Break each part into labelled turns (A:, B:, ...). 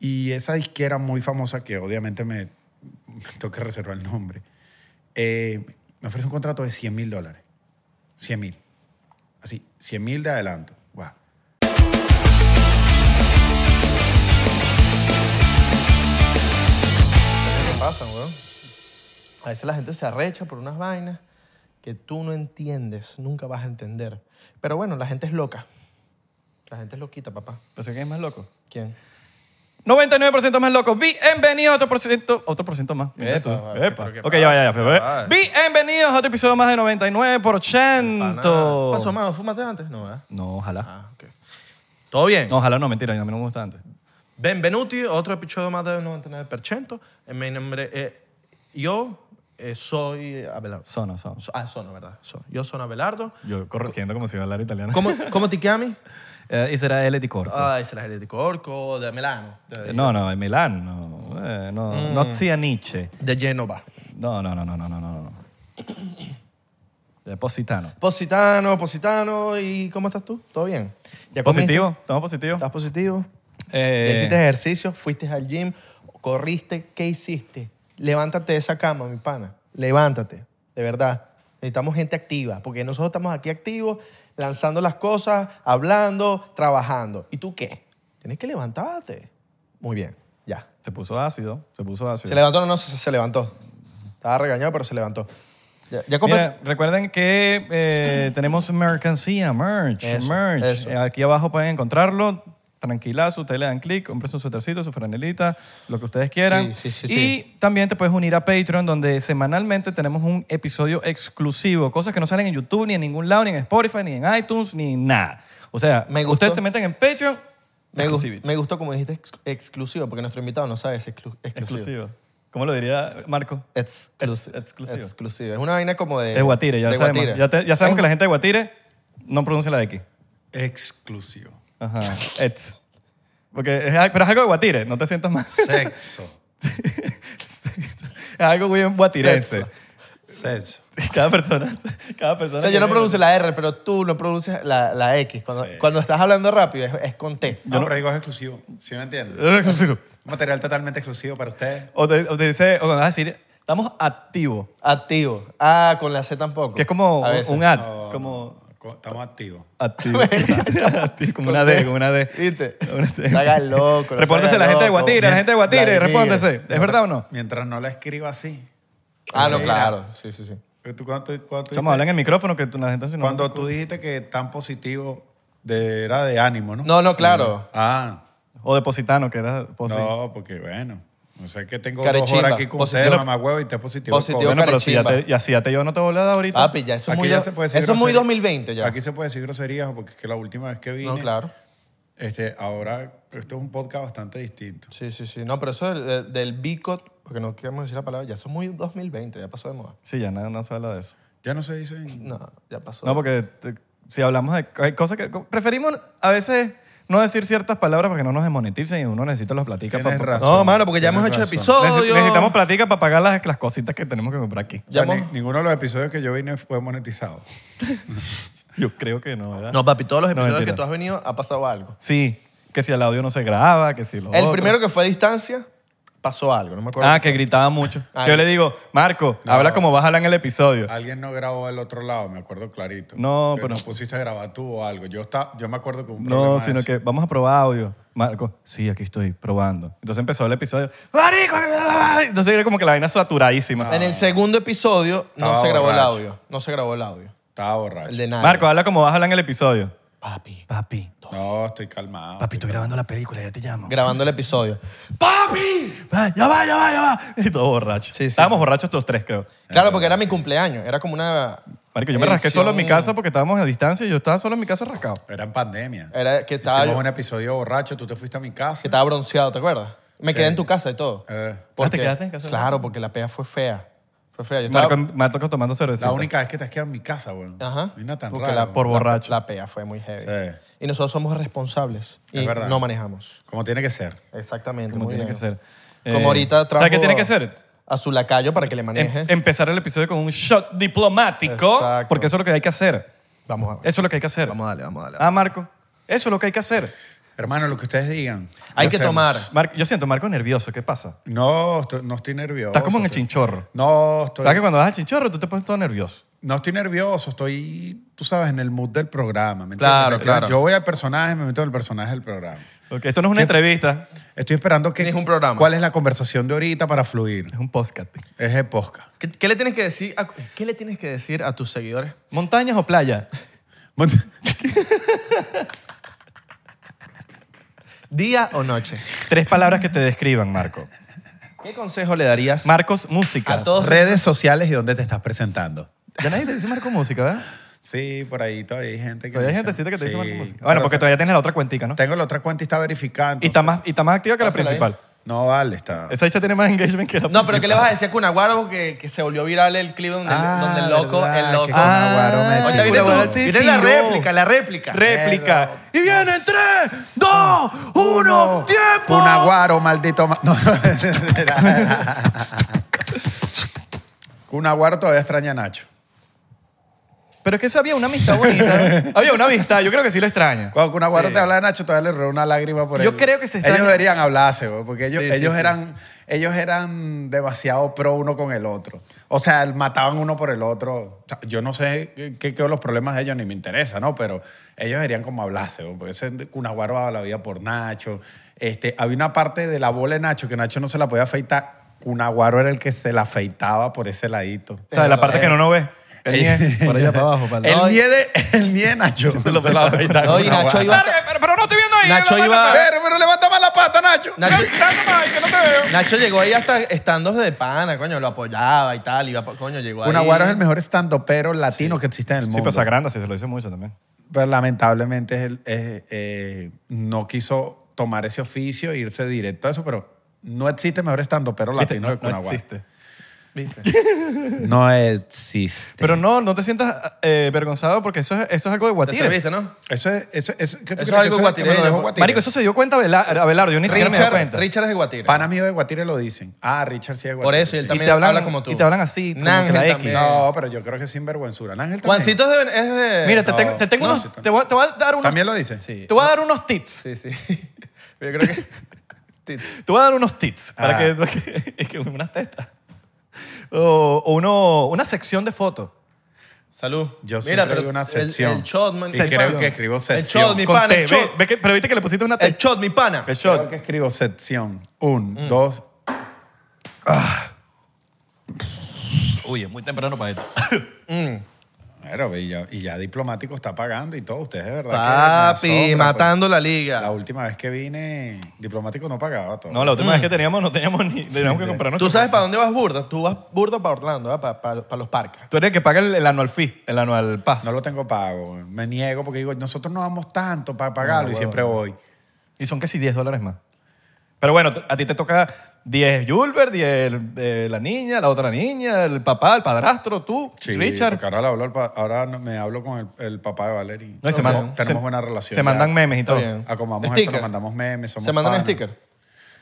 A: Y esa disquera muy famosa, que obviamente me, me toca reservar el nombre, eh, me ofrece un contrato de 100 mil dólares. 100 mil. Así, 100 mil de adelanto. Guau.
B: ¿Qué pasa, weón? A veces la gente se arrecha por unas vainas que tú no entiendes, nunca vas a entender. Pero bueno, la gente es loca. La gente es loquita, papá.
C: Pero sé que es Pues más loco.
B: ¿Quién?
C: 99% más locos. Bienvenidos a otro por ciento. Otro por ciento más. Mira tú.
B: vale,
C: Epa.
B: pero ¿qué
C: Ok, ya, ya, ya.
B: pasa?
C: Pero, eh, Bienvenidos a otro episodio más de 99%.
B: ¿Qué pasó, mano? ¿Fumaste antes? No, ¿verdad?
C: No, ojalá.
B: Ah, ok. ¿Todo bien?
C: No, ojalá no, mentira. A mí no me gusta antes.
B: Benvenuti, otro episodio más del 99%. Eh, Mi nombre eh, Yo eh, soy Abelardo.
C: Sono, sono.
B: So- ah, Sono, ¿verdad? So- yo soy Abelardo.
C: Yo corrigiendo como si hablara italiano.
B: ¿Cómo, cómo te llami?
C: Eh, y será L. Di Corto.
B: Ah, es el Atlético Orco, de Milano. De,
C: Eh, no, no, en Milán. No, eh, no,
B: Mm.
C: no zia Nietzsche.
B: de Génova.
C: No, no, no, no, no, no, no. no. Eh, Positano.
B: Positano, Positano. ¿Y cómo estás tú? ¿Todo bien? ¿Ya comiste?
C: Positivo, estamos positivos.
B: ¿Estás positivo?
C: Eh,
B: ¿Ya hiciste ejercicio? ¿Fuiste al gym? ¿Corriste? ¿Qué hiciste? Levántate de esa cama, mi pana. Levántate, de verdad. Necesitamos gente activa, porque nosotros estamos aquí activos, lanzando las cosas, hablando, trabajando. ¿Y tú qué? Tienes que levantarte. Muy bien, ya.
C: Se puso ácido, se puso ácido.
B: ¿Se levantó? No, no, se, se levantó. Estaba regañado, pero se levantó. ¿Ya, ya compra-
C: Mira, recuerden que eh, tenemos mercancía, merch,
B: Eso,
C: merch.
B: eso.
C: Eh, Aquí abajo pueden encontrarlo. Tranquilazo, ustedes le dan clic, compren su suétercito, su franelita, lo que ustedes quieran.
B: Sí, sí, sí,
C: y
B: sí.
C: también te puedes unir a Patreon, donde semanalmente tenemos un episodio exclusivo, cosas que no salen en YouTube, ni en ningún lado, ni en Spotify, ni en iTunes, ni nada. O sea,
B: Me gustó.
C: ustedes se meten en Patreon.
B: me, gu-
C: exclusivito.
B: me gustó como dijiste ex- exclusivo, porque nuestro invitado no sabe, es exclu- exclusivo.
C: exclusivo. ¿Cómo lo diría Marco?
B: Exclusivo.
C: Ex- exclusivo.
B: Exclusivo. Es una vaina como de.
C: Es Guatire, ya
B: Eh, de
C: sabemos.
B: Guatire.
C: Ya, te- ya sabemos
B: Es-
C: que la gente de Guatire no pronuncia la X.
A: Exclusivo.
C: Ajá. Et. Porque es, al- pero es algo de Guatire, no te sientas mal.
A: Sexo.
C: es algo bien guatirense.
A: Sexo.
C: Cada persona, cada persona.
B: O sea, yo no
C: tiene-
B: pronuncio la R, pero tú no pronuncias la, la X. Cuando, cuando estás hablando rápido es, es con T.
A: Yo no, pero digo es exclusivo. ¿Sí me
C: Eh.
A: entiendes? Material totalmente exclusivo para ustedes.
C: O te, o te dice, o cuando vas a decir, estamos activos,
B: Activo. Ah, con la C tampoco.
C: que es como
B: A veces.
C: un ad,
A: No,
C: como
A: no, co- Estamos activos.
C: activo. Activo, como una D, como una D.
B: ¿Viste?
C: Una D.
B: No hagas loco. no
C: Respóndese
B: te hagas
C: la gente de
B: loco.
C: Guatire, la gente de Guatire,
B: Vladimir.
C: respóndese. ¿Es verdad o no?
A: Mientras no la escriba así.
B: Ah, no,
A: Mira,
B: claro. Sí, sí, sí.
A: ¿Tú cuánto, cuánto
C: Chamo,
A: dijiste?
C: habla en el micrófono que tú- la gente si no-
A: Cuando tú dijiste que tan positivo de- era de ánimo, ¿no?
B: No, no, claro.
A: Ah,
C: O de Positano, que era
B: Pues
C: posi.
A: no, porque bueno. No sé que tengo
B: Carechimba.
A: dos horas aquí con
B: Positivo.
A: ustedes, mamagüevo, y te positivo.
B: Positivo,
A: el
C: bueno, pero si ya
B: carechimba.
C: te, y así ya te yo no te voy a dar ahorita.
B: Papi, ya eso es
A: Aquí
B: muy,
A: ya se puede decir
B: eso es muy
A: grosería.
B: 2020 ya.
A: COVID. Aquí se puede decir groserías porque es que la última vez que vine.
B: no, claro.
A: Este, ahora, esto es un podcast bastante distinto.
B: Sí, sí, sí. No, pero eso del, del bicot, porque no queremos decir la palabra, ya eso es muy 2020, ya pasó de moda.
C: Sí, ya no, no se habla de eso.
A: Ya no se dicen.
B: No, ya pasó.
C: No, porque te- si hablamos de hay cosas que... Preferimos a veces no decir ciertas palabras para que no nos desmoneticen y uno necesita los platicas
A: Tienes
C: para...
A: razón.
B: No, mano, porque ya hemos
A: Tienes
B: hecho
A: razón.
B: episodios.
C: necesitamos platica para pagar las, las cositas que tenemos que comprar aquí.
A: O sea,
B: Ya
A: ni-
B: hemos-
A: ninguno de los episodios que yo vine fue monetizado.
C: Yo creo que no, ¿verdad?
B: No, papi, todos los
C: No,
B: episodios que
C: mentira.
B: tú has venido ha pasado algo.
C: Sí, que si el audio no se graba, que si lo
B: El
C: otro.
B: primero que fue a distancia, pasó algo, no me acuerdo.
C: Ah, que gritaba mucho.
B: Ah,
C: yo
B: ya.
C: le digo, Marco, habla como vas a hablar en el episodio.
A: Alguien no grabó el otro lado, me acuerdo clarito.
C: No,
A: Que
C: pero-
A: no pusiste a grabar tú o algo. Yo, está, yo me acuerdo que hubo un
C: No,
A: problema de
C: sino
A: eso.
C: que vamos a probar audio. Marco, sí, aquí estoy probando. Entonces empezó el episodio. ¡Marico! ¡ah! Entonces era como que la vaina saturadísima.
A: Ah.
B: En el segundo episodio no
A: Estaba
B: se grabó el
A: borracho.
B: audio. No se grabó el audio.
A: Estaba borracho.
B: El de nadie.
C: Marco, habla como vas a hablar en el episodio.
B: Papi.
C: Papi,
A: No, estoy calmado.
C: papi, estoy grabando la película, ya te llamo.
B: Grabando el episodio.
C: ¡Papi! Va, Ya va, ya va, ya va. Y todo borracho.
B: Sí, sí,
C: Estábamos borrachos los tres, creo.
B: Claro, porque era mi cumpleaños. Era como una.
C: Marico, yo me rasqué
B: edición-
C: solo en mi casa porque estábamos a distancia y yo estaba solo en mi casa rascado.
A: Era en pandemia.
B: Era que estaba,
A: Hicimos un episodio borracho, tú te fuiste a mi
B: que
A: casa.
B: estaba bronceado, ¿te acuerdas? Me
A: Sí.
B: quedé en tu casa y todo.
A: Eh.
C: Ah, ¿te quedaste en casa?
B: Claro, porque la pega fue fea. Fue fea. Yo estaba-
C: Marco, Marco tomando cerveza.
A: La única vez que te has quedado en mi casa, güey.
B: Ajá.
A: Mira tan
B: Porque
A: raro.
B: la-
C: Por
B: la-
C: borracho.
B: La, pea fue muy heavy.
A: Sí.
B: Y nosotros somos responsables.
A: Es
B: y
A: verdad.
B: no manejamos.
A: Como tiene que ser.
B: Exactamente.
C: Como
B: muy
C: tiene
B: bien.
C: que ser.
B: Como
C: Eh,
B: ahorita
C: ¿sabes
B: trajo
C: qué tiene que ser?
B: A su lacayo para que le maneje.
C: Em- empezar el episodio con un shot diplomático.
B: Exacto.
C: Porque eso es lo que hay que hacer.
B: vamos a
C: Eso es lo que hay que hacer.
B: Vamos a darle, vamos a darle.
C: Ah, Marco, eso es lo que hay que hacer.
A: Hermano, lo que ustedes digan.
B: Ah, Hay
A: lo
B: que
A: hacemos.
B: tomar.
C: Mar- yo siento, Marco, nervioso. ¿Qué pasa?
A: No, estoy- no estoy nervioso.
C: Estás como en el
A: estoy-
C: chinchorro.
A: No, estoy,
C: ¿Sabes que cuando vas al chinchorro tú te pones todo nervioso?
A: no estoy nervioso, estoy, tú sabes, en el mood del programa. ¿me entiendes?
B: Claro,
A: Me claro.
B: claro.
A: Yo voy al personaje, me meto en el personaje del programa.
C: Porque esto no es una entrevista,
A: Estoy esperando que...
B: Tienes un programa.
A: ¿Cuál es la conversación de ahorita para fluir?
C: es un podcast.
A: Es el podcast.
B: ¿Qué, qué le tienes que decir a, ¿Qué le tienes que decir a tus seguidores?
C: ¿Montañas o playa?
A: Mont-
B: ¿Día o noche?
C: Tres palabras que te describan, Marco.
B: ¿Qué consejo le darías
C: Marcos, música.
B: a todos?
A: Redes sociales y dónde te estás presentando.
C: Ya nadie te dice Marco Música, ¿verdad?
A: Sí, por ahí todavía hay gente que...
C: Todavía hay
A: dice-
C: gentecita que te
A: Sí.
C: dice Marco Música. Bueno,
A: Pero, o
C: porque
A: sea,
C: todavía tienes la otra cuentica, ¿no?
A: Tengo la otra cuenta y está verificada.
C: Y está
A: entonces-
C: más, y está más activa que la
B: Pásala ahí.
C: principal.
A: No vale, está...
C: Esa hecha tiene más engagement que la
B: No, pero ¿qué le vas a
C: principal.
B: decir a Cunaguaro que, que se volvió viral el clip donde,
A: Ah,
B: donde el loco,
A: verdad,
B: el loco.
A: que con
C: Ah,
A: Aguaro me
C: oye,
A: tiró.
B: viene, tú,
C: Cunaguaro te
B: viene la
C: tiró.
B: réplica, la réplica.
C: Réplica. Y viene en 3, 2, 1, tiempo.
A: Con Aguaro, maldito. ma- No. Kun Aguaro todavía extraña a Nacho.
C: Pero es que eso había una amistad bonita. ¿no? había una amistad, yo creo que sí lo extraña.
A: Cuando Kun Aguaro
B: Sí.
A: te habla de Nacho, todavía le roe una lágrima por
C: Yo
A: él.
C: creo que se
A: Ellos
C: extraña-
A: deberían hablarse, güey, porque ellos,
B: Sí, sí,
A: ellos,
B: sí.
A: Eran, ellos eran demasiado pro uno con el otro. O sea, mataban uno por el otro. O sea, yo no sé qué- qué qué los problemas de ellos, ni me interesa, ¿no? Pero ellos deberían como hablarse, güey, porque ese Kun Aguaro daba la vida por Nacho. Este, había una parte de la bola de Nacho que Nacho no se la podía afeitar. Cunaguaro era el que se la afeitaba por ese ladito.
C: O sea, la parte que no no ve. El nie, para allá para abajo, para el-
A: El nie de, el nie de Nacho. Se lo afeitaba
B: No, y
A: Kun
B: Nacho
A: Aguaro.
B: iba,
C: Verga, Pero, pero no estoy viendo ahí.
B: Nacho
C: levanta-
B: iba-
A: Pero, pero levanta más la pata, Nacho.
B: Nacho-
C: Levanta ahí, que no te veo.
B: Nacho llegó ahí hasta estando de pana, coño, lo apoyaba y tal, iba, pa- coño, llegó ahí.
A: Un aguaro es el mejor estando pero latino que existe en el
C: Sí,
A: mundo.
C: pero se agranda, sí, se lo dice mucho también.
A: Pero lamentablemente es el- es- eh, no quiso tomar ese oficio e irse directo a eso, pero no existe mejor estando pero
C: Viste,
A: latino
C: no-
A: que Kun
C: no
A: Aguaro.
C: existe.
B: ¿Viste?
A: No existe.
C: Pero no, no te sientas eh, vergonzado porque eso es, eso es algo de
B: Te
C: Guatire.
B: serviste, ¿no?
A: eso es, eso, eso, ¿qué tú
B: Eso
A: crees
B: es
A: que
B: algo
A: que me lo
B: guatireño,
A: dejó
B: pa-
A: Guatire?
C: Marico, eso se dio cuenta Vela- Abelardo. Yo ni siquiera me di
B: Richard,
C: cuenta.
B: Richard es de Guatire.
A: Pana mío de Guatire lo dicen. Ah, Richard sí es de Guatire.
B: Por eso, y él
A: sí.
B: también
C: te hablan-
B: habla como tú.
C: y te hablan así, como que
B: Nángel
C: la X.
B: también.
A: No, pero yo creo que es sinvergüenzura. Ángel también.
B: Juancito es de... es de-
C: Mira, te
A: No,
C: tengo, te tengo
A: no,
C: unos,
A: sí, también.
C: te, voy, a- te voy a dar unos,
A: ¿También lo dice?
B: Sí,
C: te voy a dar unos tips.
B: sí, sí. Yo creo que... Tits.
C: Te voy a dar unos tips para
A: Ah.
C: que, para que- es que unas tetas o, o uno, una sección de fotos.
B: Salud.
A: Yo siempre digo una
B: el-
A: sección.
B: El, shot, man.
A: Y
B: mi
A: creo
B: pana.
A: que escribo
B: El shot,
A: sección.
B: mi
C: Con
B: pana.
C: té.
B: El
C: Ve-
B: shot,
C: ve que- pero viste que le pusiste una
B: el
C: teta.
B: shot, mi pana.
C: El
A: Creo que
C: shot.
A: escribo sección. Un,
B: Mm.
A: dos.
C: Uy, es muy temprano para esto.
A: Bueno, y ya, y ya diplomático está pagando y todo. Ustedes, de verdad. que me
B: Papi,
A: asombra,
B: matando la
A: pues. La
B: liga.
A: última vez que vine, diplomático no pagaba todo.
C: No, la última vez que teníamos no teníamos ni teníamos que comprarnos.
B: Mm. Tú sabes para dónde vas burda. Tú vas burda para Orlando, ¿eh? para los parques.
C: Tú eres el que paga el, el anual fee, el anual pass.
A: No lo tengo pago. Me niego porque digo, nosotros no vamos tanto para pagarlo y siempre voy.
C: Y son casi 10 dólares más. Pero bueno, t- a ti te toca 10 Julbert, 10 eh, la niña, la otra niña, el papá, el padrastro, tú, Richard.
A: porque ahora, le hablo al pa- ahora no- me hablo con el, el papá de Valerie.
C: No, y se
A: Tenemos-
C: mandan-
A: tenemos
C: se-
A: buena relación.
C: Se
A: ya.
C: mandan memes y
B: Está
C: todo.
B: bien.
A: Acomodamos eso,
B: Sticker.
A: nos mandamos memes. Somos
B: Se mandan
A: panas.
B: stickers.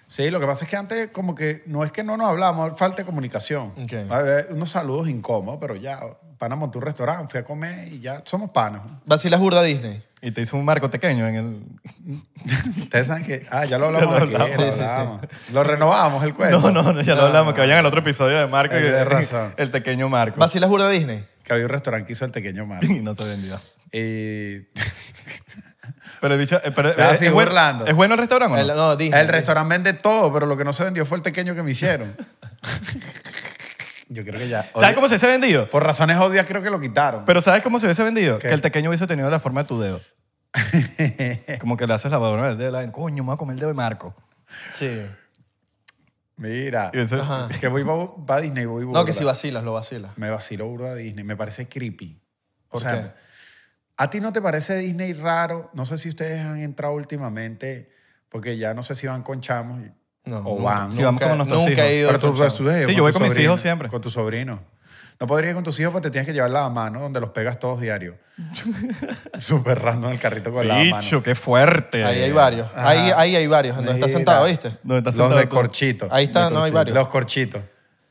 A: Sí, lo que pasa es que antes como que no es que no nos hablábamos, falta de comunicación.
B: Ok.
A: A ver, unos saludos incómodos, pero ya, pana montó un restaurante, fui a comer y ya somos panos.
B: Vacilas burda a Disney.
C: Y te hizo un marco pequeño en el...
A: Ustedes saben que, ah, ya lo hablamos
C: Ya lo
A: aquí,
C: hablamos.
A: lo,
B: Sí, sí, sí.
A: hablamos. Lo renovamos el cuento.
C: No, no, no, ya lo
A: No,
C: hablamos, que vayan al otro episodio de Marco.
A: Ahí
C: y-
A: tienes razón.
C: El pequeño Marco.
B: Vacilas burda a Disney.
A: Que había un restaurante que hizo el pequeño mar.
C: Y no se vendió.
A: Y
C: Pero el bicho... eh, pero,
A: Ah,
C: eh,
A: sí,
C: es, bueno,
A: burlando.
C: ¿Es bueno el restaurante o
B: El-
C: no?
B: no, Disney.
A: el restaurante vende todo, pero lo que no se vendió fue el pequeño que me hicieron. Yo creo que ya.
C: ¿Sabes cómo se hubiese vendido?
A: Por razones obvias creo que lo quitaron.
C: Pero ¿sabes cómo se hubiese vendido?
A: ¿Qué?
C: Que el pequeño hubiese tenido la forma de tu dedo. Como que le haces la badona del dedo. la- Coño, me voy a comer el dedo de Marco.
B: Sí.
A: Mira,
C: Y ese-
B: Ajá.
A: que voy para Disney, voy
B: No, que
A: burda.
B: si vacilas, lo vacilas.
A: Me vacilo burda a Disney. Me parece creepy. O
B: ¿Por
A: sea,
B: qué?
A: ¿a ti no te parece Disney raro? No sé si ustedes han entrado últimamente, porque ya no sé si van con chamos y-
B: No,
A: o
B: nunca.
A: van.
C: Sí, vamos
B: nunca,
C: con nuestros
B: nunca
C: hijos.
B: he ido.
A: Pero tú,
B: con chamo.
A: tú debes ir
C: Sí, yo voy
A: tu
C: con mis
A: sobrino,
C: hijos siempre.
A: Con tu sobrino. No podrías ir con tus hijos porque te tienes que llevar la mano donde los pegas todos diario. Súper random el carrito con la mano.
C: Bicho, qué fuerte.
B: Ahí hay varios.
A: Ajá.
B: Ahí, ahí hay varios. Donde estás
A: Mira,
B: sentado, ¿viste?
C: ¿Dónde estás
A: Los
C: sentado
A: de
C: tú?
A: corchito.
B: Ahí está,
A: Los
B: no, hay
A: corchitos.
B: varios.
A: Los corchitos.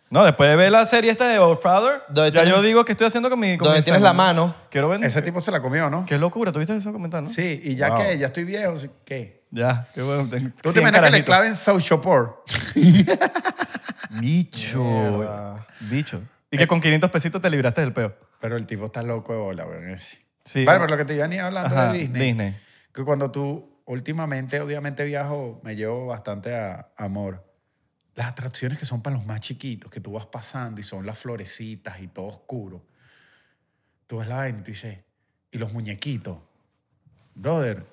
C: No, después de ver la serie esta de Old Father, ya
B: Donde tienes-
C: yo digo que estoy haciendo con mi... Con
B: Donde
C: mi
B: tienes
C: salud.
B: la mano.
C: Quiero ver...
A: Ese tipo se la comió, ¿no?
C: Qué locura, ¿tuviste eso comentar, no?
A: Sí, y ya
C: Wow.
A: que ya estoy viejo, sí, ¿qué?
C: Ya, qué bueno. Ten-
A: ¿Tú te
C: 100
A: imaginas que le
C: carajitos.
A: claven South Shopor?
C: Bicho.
B: Mierda.
C: Bicho. Y
A: Eh.
C: que con 500 pesitos te libraste del peo.
A: Pero el tipo está loco de bola, weón. ese.
C: Sí.
A: Vale, pero lo que te iba ni hablando
C: Ajá,
A: de Disney,
C: Disney.
A: Que cuando tú últimamente, obviamente viajo, me llevo bastante a amor. Las atracciones que son para los más chiquitos, que tú vas pasando y son las florecitas y todo oscuro. Tú ves la vaina y tú dices, y los muñequitos. Brother,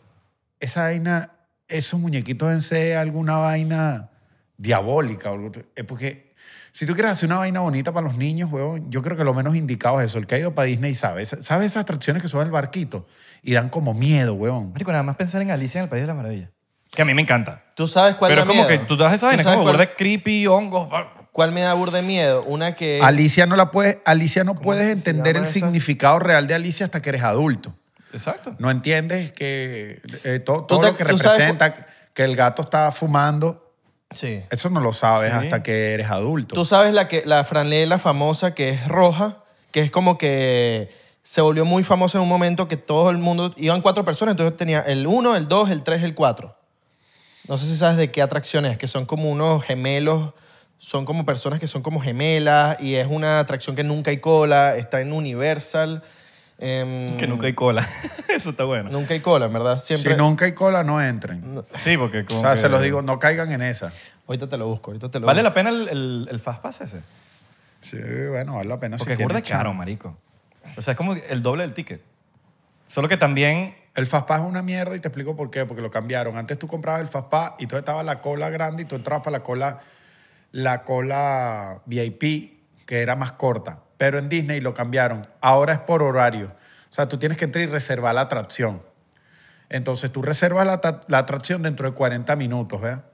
A: esa vaina, esos muñequitos en ser alguna vaina diabólica. o algo- Es porque si tú quieres hacer una vaina bonita para los niños, huevón, yo creo que lo menos indicado es eso. El que ha ido para Disney sabe. Esa- ¿Sabe esas atracciones que son el barquito? Y dan como miedo, huevón.
C: Marico, nada más pensar en Alicia en el País de las Maravillas. Que a mí me encanta.
B: ¿Tú sabes cuál
C: Pero
B: da
C: es como
B: miedo?
C: que tú das esa vaina, es
B: sabes
C: como
B: cuál,
C: borde creepy, hongos.
B: cuál me da burda de miedo? Una que...
A: Alicia no la puedes, Alicia no puedes
B: Eh, se
A: entender el
B: llama esa?
A: significado real de Alicia hasta que eres adulto.
C: Exacto.
A: No entiendes que eh, to- todo,
B: te-
A: lo que
B: tú sabes
A: representa que el gato está fumando,
B: Sí.
A: eso no lo sabes
C: Sí.
A: hasta que eres adulto.
B: Tú sabes la, que, la franela famosa que es roja, que es como que se volvió muy famosa en un momento que todo el mundo... Iban cuatro personas, entonces tenía el uno, el dos, el tres, el cuatro. No sé si sabes de qué atracción es, que son como unos gemelos, son como personas que son como gemelas y es una atracción que nunca hay cola, está en Universal. em,
C: Que nunca hay cola. Eso está bueno.
B: Nunca hay cola, en verdad. Siempre...
A: Si nunca hay cola, no entren.
C: Sí, porque
A: O
C: como
A: sea,
C: que-
A: se los digo, no caigan en esa.
B: Ahorita te lo busco, ahorita te lo
C: ¿Vale
B: busco.
C: la pena el, el, el fast pass ese?
A: Sí, bueno, vale la pena. si
C: Porque es
A: tienes
C: burde
A: chance.
C: caro, marico. O sea, es como el doble del ticket. Solo que también...
A: El Fastpass es una mierda y te explico por qué, porque lo cambiaron. Antes tú comprabas el Fastpass y tú estaba la cola grande y tú entrabas para la cola, la cola VIP, que era más corta. Pero en Disney lo cambiaron. Ahora es por horario. O sea, tú tienes que entrar y reservar la atracción. Entonces tú reservas la, ta- la atracción dentro de 40 minutos, ¿verdad?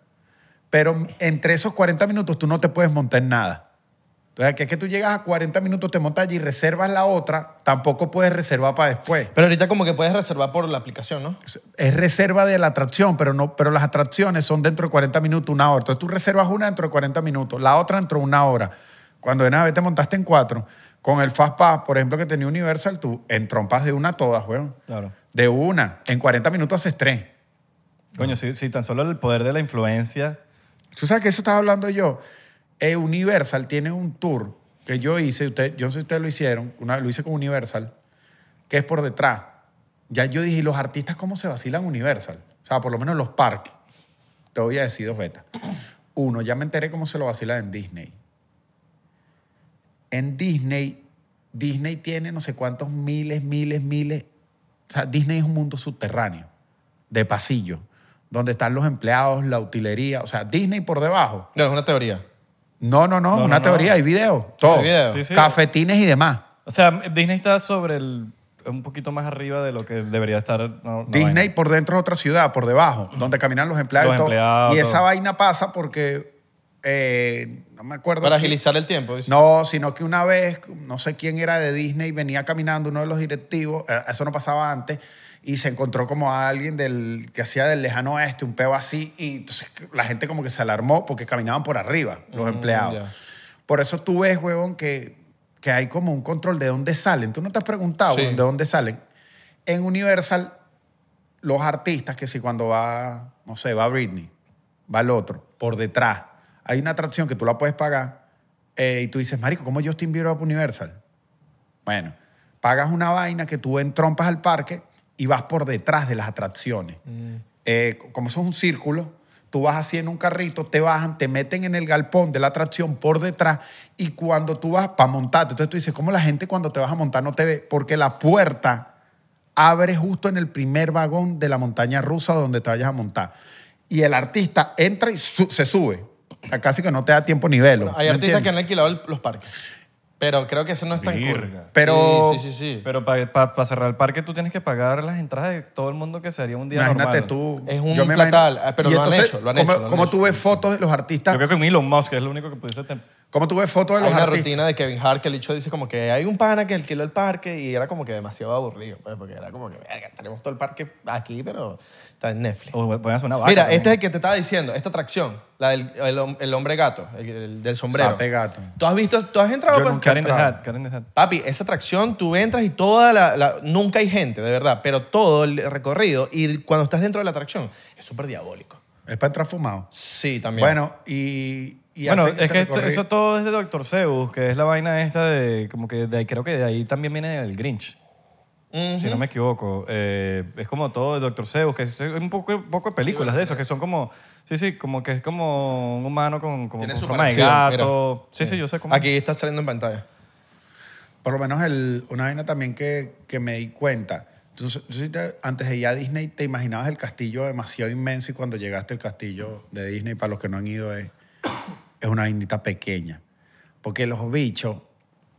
A: Pero entre esos 40 minutos tú no te puedes montar en nada. Entonces, que es que tú llegas a 40 minutos, te montas allí y reservas la otra, tampoco puedes reservar para después.
B: Pero ahorita como que puedes reservar por la aplicación, ¿no?
A: Es reserva de la atracción, pero, no, pero las atracciones son dentro de 40 minutos, una hora. Entonces tú reservas una dentro de 40 minutos, la otra dentro de una hora. Cuando de una vez te montaste en cuatro, con el Fastpass, por ejemplo, que tenía Universal, tú entrompas de una a todas, weón.
C: Claro.
A: De una. En 40 minutos haces tres.
C: Coño, si, si tan solo el poder de la influencia...
A: Tú sabes que eso estaba hablando yo. Eh, Universal tiene un tour que yo hice, usted, yo no sé si ustedes lo hicieron, una, lo hice con Universal, que es por detrás. Ya yo dije, ¿y los artistas cómo se vacilan Universal? O sea, por lo menos los parques. Te voy a decir dos betas. Uno, ya me enteré cómo se lo vacilan en Disney. En Disney, Disney tiene no sé cuántos miles, miles, miles. O sea, Disney es un mundo subterráneo, de pasillo, donde están los empleados, la utilería. O sea, Disney por debajo.
B: No, es una teoría.
A: No, no, no,
C: No,
A: una
C: no, no.
A: teoría, hay video, todo.
B: video.
C: Sí, sí.
A: Cafetines y demás.
C: O sea, Disney está sobre el... Un poquito más arriba de lo que debería estar... no- no
A: Disney
C: vaina.
A: por dentro es otra ciudad, por debajo, donde caminan los empleados
C: Los
A: y todo.
C: empleados,
A: y esa
C: todo.
A: vaina pasa porque, eh, no me acuerdo.
B: Para
A: quién-
B: agilizar el tiempo. dice.
A: No, sino que una vez, no sé quién era de Disney, venía caminando uno de los directivos, eh, eso no pasaba antes, y se encontró como a alguien del, que hacía del lejano oeste, un peo así, y entonces la gente como que se alarmó porque caminaban por arriba los empleados.
B: Mm, ya.
A: Por eso tú ves, huevón, que, que hay como un control de dónde salen. Tú no te has preguntado
B: Sí.
A: huevón, de dónde salen. En Universal, los artistas, que si cuando va, no sé, va Britney, va el otro, por detrás, hay una atracción que tú la puedes pagar eh, y tú dices, Marico, ¿cómo Justin Bieber va para Universal? Bueno, pagas una vaina que tú entrompas al parque y vas por detrás de las atracciones.
B: Mm.
A: Eh, como eso es un círculo, tú vas así en un carrito, te bajan, te meten en el galpón de la atracción por detrás y cuando tú vas para montarte, entonces tú dices, ¿cómo la gente cuando te vas a montar no te ve? Porque la puerta abre justo en el primer vagón de la montaña rusa donde te vayas a montar. Y el artista entra y su- se sube. O sea, casi que no te da tiempo ni velo.
B: Hay
A: ¿me
B: artistas
A: entiendes?
B: que han alquilado el- los parques. Pero creo que eso no es tan cool.
C: Virga.
A: Pero-
B: Sí, sí, sí. sí.
C: Pero para cerrar el parque tú tienes que pagar las entradas de todo el mundo que sería un día
A: Imagínate
C: normal.
A: tú.
B: Es un
A: yo me
B: platal,
A: imagino-
B: ah, pero
A: Y
B: lo han
A: entonces,
B: hecho, lo han
A: ¿cómo-
B: hecho, lo han
A: cómo
B: hecho.
A: tú ves fotos de los artistas?
C: Yo creo que un Elon Musk es lo único que pudiese... tem-
A: ¿Cómo tú ves fotos de
B: Hay
A: los
B: una
A: artistas?
B: rutina de Kevin Hart que el hecho dice como que hay un pana que alquiló el parque y era como que demasiado aburrido, pues, porque era como que, verga, tenemos todo el parque aquí, pero está en Netflix.
C: O pueden hacer una vaca.
B: Mira,
C: Oh, también.
B: este es el que te estaba diciendo, esta atracción, la del el, hom- el hombre gato, el, el del sombrero.
A: Sape gato.
B: ¿Tú has visto, tú has entrado?
A: Yo
B: pues?
A: nunca-
C: Karen the
A: atrás.
C: Hat, Karen the Hat.
B: Papi, esa atracción, tú entras y toda la, la- Nunca hay gente, de verdad, pero todo el recorrido y cuando estás dentro de la atracción es súper diabólico.
A: Es para entrar fumado.
B: Sí, también.
A: Bueno, y. y
C: Bueno,
A: hacen
C: es
A: ese
C: que esto-
A: recorrido.
C: eso todo es de Dr. Zeus, que es la vaina esta de, como que de ahí, creo que de ahí también viene el Grinch,
B: Ujú.
C: si no me equivoco. Eh, es como todo de Dr. Zeus, que es hay un poco, poco de películas de eso, que son como, sí, sí, como que es como un humano con, como
B: Tiene
C: con
B: su
C: forma de
B: parecido,
C: gato. Sí, sí, yo sé cómo.
B: Aquí está saliendo en pantalla.
A: Por lo menos el, una vaina también que, que me di cuenta. Tú- tú sí te- antes de ir a Disney, te imaginabas el castillo demasiado inmenso y cuando llegaste al castillo de Disney, para los que no han ido, es, es una vainita pequeña. Porque los bichos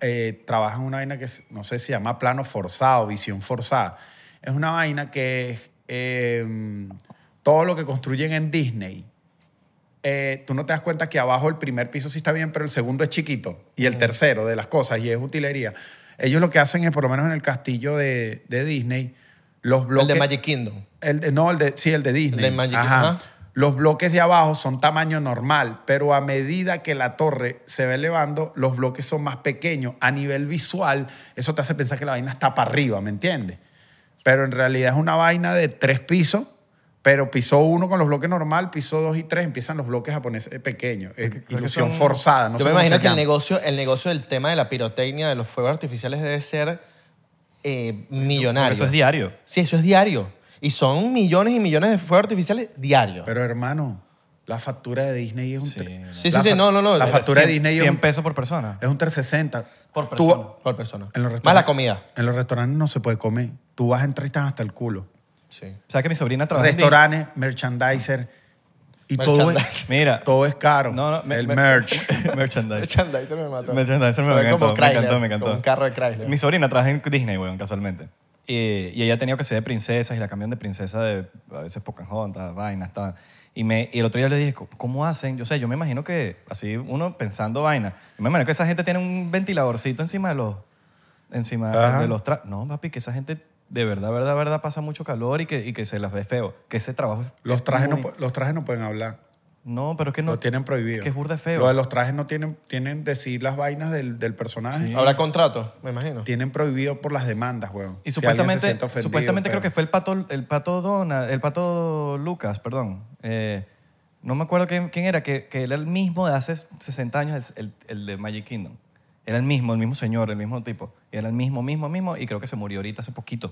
A: eh, trabajan una vaina que es- no sé si se llama plano forzado, visión forzada. Es una vaina que es, eh, todo lo que construyen en Disney, eh, tú no te das cuenta que abajo el primer piso sí está bien, pero el segundo es chiquito y el tercero de las cosas y es utilería. Ellos lo que hacen es, por lo menos en el castillo de, de Disney, los bloques...
B: El de Magic Kingdom.
A: El de- no, el de, sí, el de Disney.
B: El de Magic
A: Ajá.
B: Kingdom, ajá.
A: Los bloques de abajo son tamaño normal, pero a medida que la torre se va elevando, los bloques son más pequeños. A nivel visual, eso te hace pensar que la vaina está para arriba, ¿me entiendes? Pero en realidad es una vaina de tres pisos, pero piso uno con los bloques normal, piso dos y tres empiezan los bloques a ponerse pequeños. Es ilusión
C: son-
A: forzada. No
B: Yo
A: sé
B: me
A: cómo se
B: imagino que el
A: llama.
B: negocio, el negocio del tema de la pirotecnia, de los fuegos artificiales, debe ser eh, millonario.
C: Eso es diario.
B: Sí, eso es diario. Y son millones y millones de fuegos artificiales diarios.
A: Pero hermano, la factura de Disney es un...
C: Sí.
A: tre-
B: Sí,
A: la
B: sí, sí,
A: fa-
B: no, no, eh, no.
A: La factura de
B: 100,
A: Disney
C: 100
A: es,
C: pesos por persona.
A: un, es un 360.
C: Por
A: Tú-
C: persona.
B: Por persona.
A: En los
B: Más
A: restaurantes-
B: la comida.
A: En los restaurantes no se puede comer. Tú vas a entrar y estás hasta el culo.
B: Sí.
C: O sea, que mi sobrina trabaja en Disney.
A: restaurantes, merchandiser. Y todo es,
B: Merchandise.
C: Mira.
A: todo es caro.
C: No, no, me-
A: el
C: me-
A: merch.
C: merchandise.
B: Merchandiser me mató.
C: Merchandiser
B: Se
C: me,
B: ve
C: encantó,
B: como
C: me
B: Chrysler,
C: encantó, me encantó.
B: como un carro de Chrysler.
C: Mi sobrina trabaja en Disney, weón, casualmente. Y, y ella ha tenido que ser de princesas y la cambian de princesa de a veces pocanjontas, vainas, tal. Y, me, y el otro día le dije, "¿Cómo- ¿cómo hacen? Yo sé, yo me imagino que, así uno pensando vaina, yo me imagino que esa gente tiene un ventiladorcito encima de los, encima
A: Ajá.
C: de los tra- No, papi, que esa gente de verdad, verdad, verdad pasa mucho calor y que, y que se las ve feo. Que ese trabajo es
A: Los trajes,
C: muy-
A: no, pu- los trajes no pueden hablar.
C: No, pero es que no...
A: Lo tienen prohibido.
C: que es burda de feo.
A: Lo de los trajes no tienen, tienen decir las vainas del, del personaje.
B: Habrá contrato, me imagino.
A: Tienen prohibido por las demandas, weón.
C: Y
A: Si alguien se
C: supuestamente,
A: siente ofendido,
C: supuestamente creo
A: pero-
C: que fue el pato, el pato Dona, el pato Lucas, perdón. Eh, no me acuerdo quién, quién era, que, que era el mismo de hace 60 años, el, el- el de Magic Kingdom. Era el mismo, el mismo señor, el mismo tipo. Era el mismo, mismo, mismo, y creo que se murió ahorita hace poquito.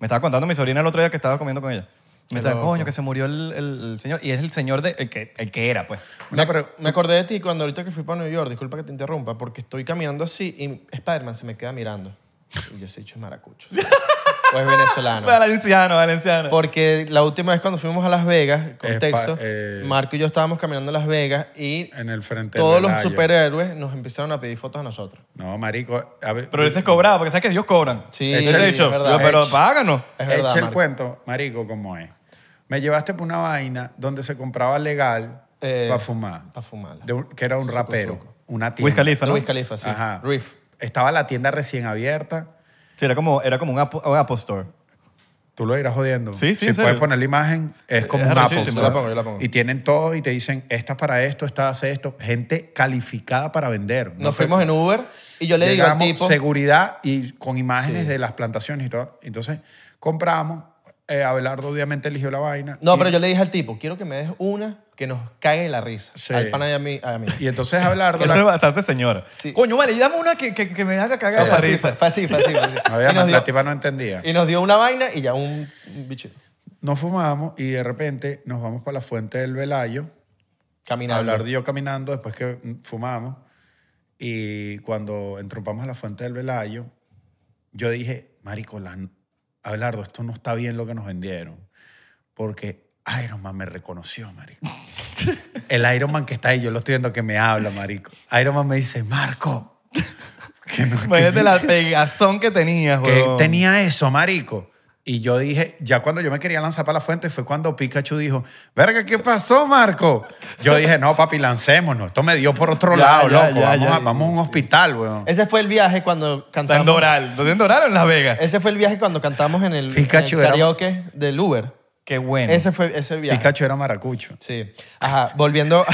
C: Me estaba contando mi sobrina el otro día que estaba comiendo con ella. Me estaba,
B: loco.
C: coño, que se murió el, el- el señor. Y es el señor de, el, que, el que era, pues.
B: Me, me acordé de ti cuando ahorita que fui para Nueva York, disculpa que te interrumpa, porque estoy caminando así y Spider-Man se me queda mirando. Y yo ese dicho es maracucho. o es venezolano.
C: Valenciano, valenciano.
B: Porque la última vez cuando fuimos a Las Vegas, contexto,
A: Espa- eh,
B: Marco y yo estábamos caminando en Las Vegas y
A: En el frente del
B: todos los
A: Velayo.
B: superhéroes nos empezaron a pedir fotos a nosotros.
A: No, marico. a ver-
C: Pero él se cobraba, porque sabes que ellos cobran.
B: Sí,
C: Yo le he dicho,
B: es verdad.
C: yo, pero
A: Ech.
C: páganos.
B: Es verdad,
A: Echa el
B: Marco.
A: cuento, marico, como es. Me llevaste por una vaina donde se compraba legal
B: Eh,
A: para fumar.
B: pa' fumarla.
A: De un- que era un rapero, una tienda.
C: Wiz Khalifa, ¿no?
B: Luis Califa, sí.
A: Ajá.
B: Riff.
A: Estaba la tienda recién abierta.
C: Sí, era como, era como un, Apple, un Apple Store.
A: Tú lo irás jodiendo.
C: Sí, sí,
A: Si
C: en
A: puedes
C: serio.
A: poner la imagen,
B: Eh,
A: es como
C: Es
A: un Apple.
C: arrechísimo.
A: Store.
B: Yo la pongo, yo la pongo.
A: Y tienen todo y te dicen, esta es para esto, esta hace esto. Gente calificada para vender.
B: Nos fuimos en Uber y yo le digo al
A: Llegamos,
B: tipo...
A: seguridad y con imágenes
B: Sí.
A: de las plantaciones y todo. Entonces, compramos. Eh, Abelardo obviamente eligió la vaina.
B: No,
A: Y-
B: pero yo le dije al tipo, quiero que me des una que nos caiga la risa.
A: Sí.
B: Al pana y a mí. A mí.
A: Y entonces Abelardo...
C: Eso
A: la-
C: es bastante señora.
B: Sí.
C: Coño, vale, dame una que, que, que me haga cagar
B: Fue
C: la
B: así,
C: risa.
B: fue así, fue así, fue así.
A: No había
B: y, nos
A: man- la
B: dio,
A: tipa no entendía.
B: y nos dio una vaina y ya un, un bicho.
A: Nos fumamos y de repente nos vamos para la fuente del Velayo.
B: Caminando.
A: Abelardo y yo caminando después que mm, fumamos. Y cuando entrompamos a la fuente del Velayo, yo dije, marico, la- Abelardo, esto no está bien lo que nos vendieron. Porque Iron Man me reconoció, marico. El Iron Man que está ahí, yo lo estoy viendo que me habla, marico. Iron Man me dice, Marco. Que no- que-
C: Imagínate la pegazón que tenías,
A: que
C: huevón.
A: tenía eso, marico. Y yo dije, ya cuando yo me quería lanzar para la fuente fue cuando Pikachu dijo, verga, ¿qué pasó, Marco? Yo dije, no, papi, lancémonos. Esto me dio por otro
C: Ya,
A: lado,
C: ya,
A: loco.
C: ya,
A: vamos,
C: ya.
A: a, vamos a un hospital, weón.
B: Ese fue el viaje cuando
C: Está en
B: cantamos.
C: Doral. ¿Dónde en Doral o en Las Vegas?
B: Ese fue el viaje cuando cantamos en el, en el
A: Pikachu era-
B: karaoke del Uber.
C: Qué bueno.
B: Ese fue ese viaje.
A: Pikachu era maracucho.
B: Sí. Ajá, volviendo.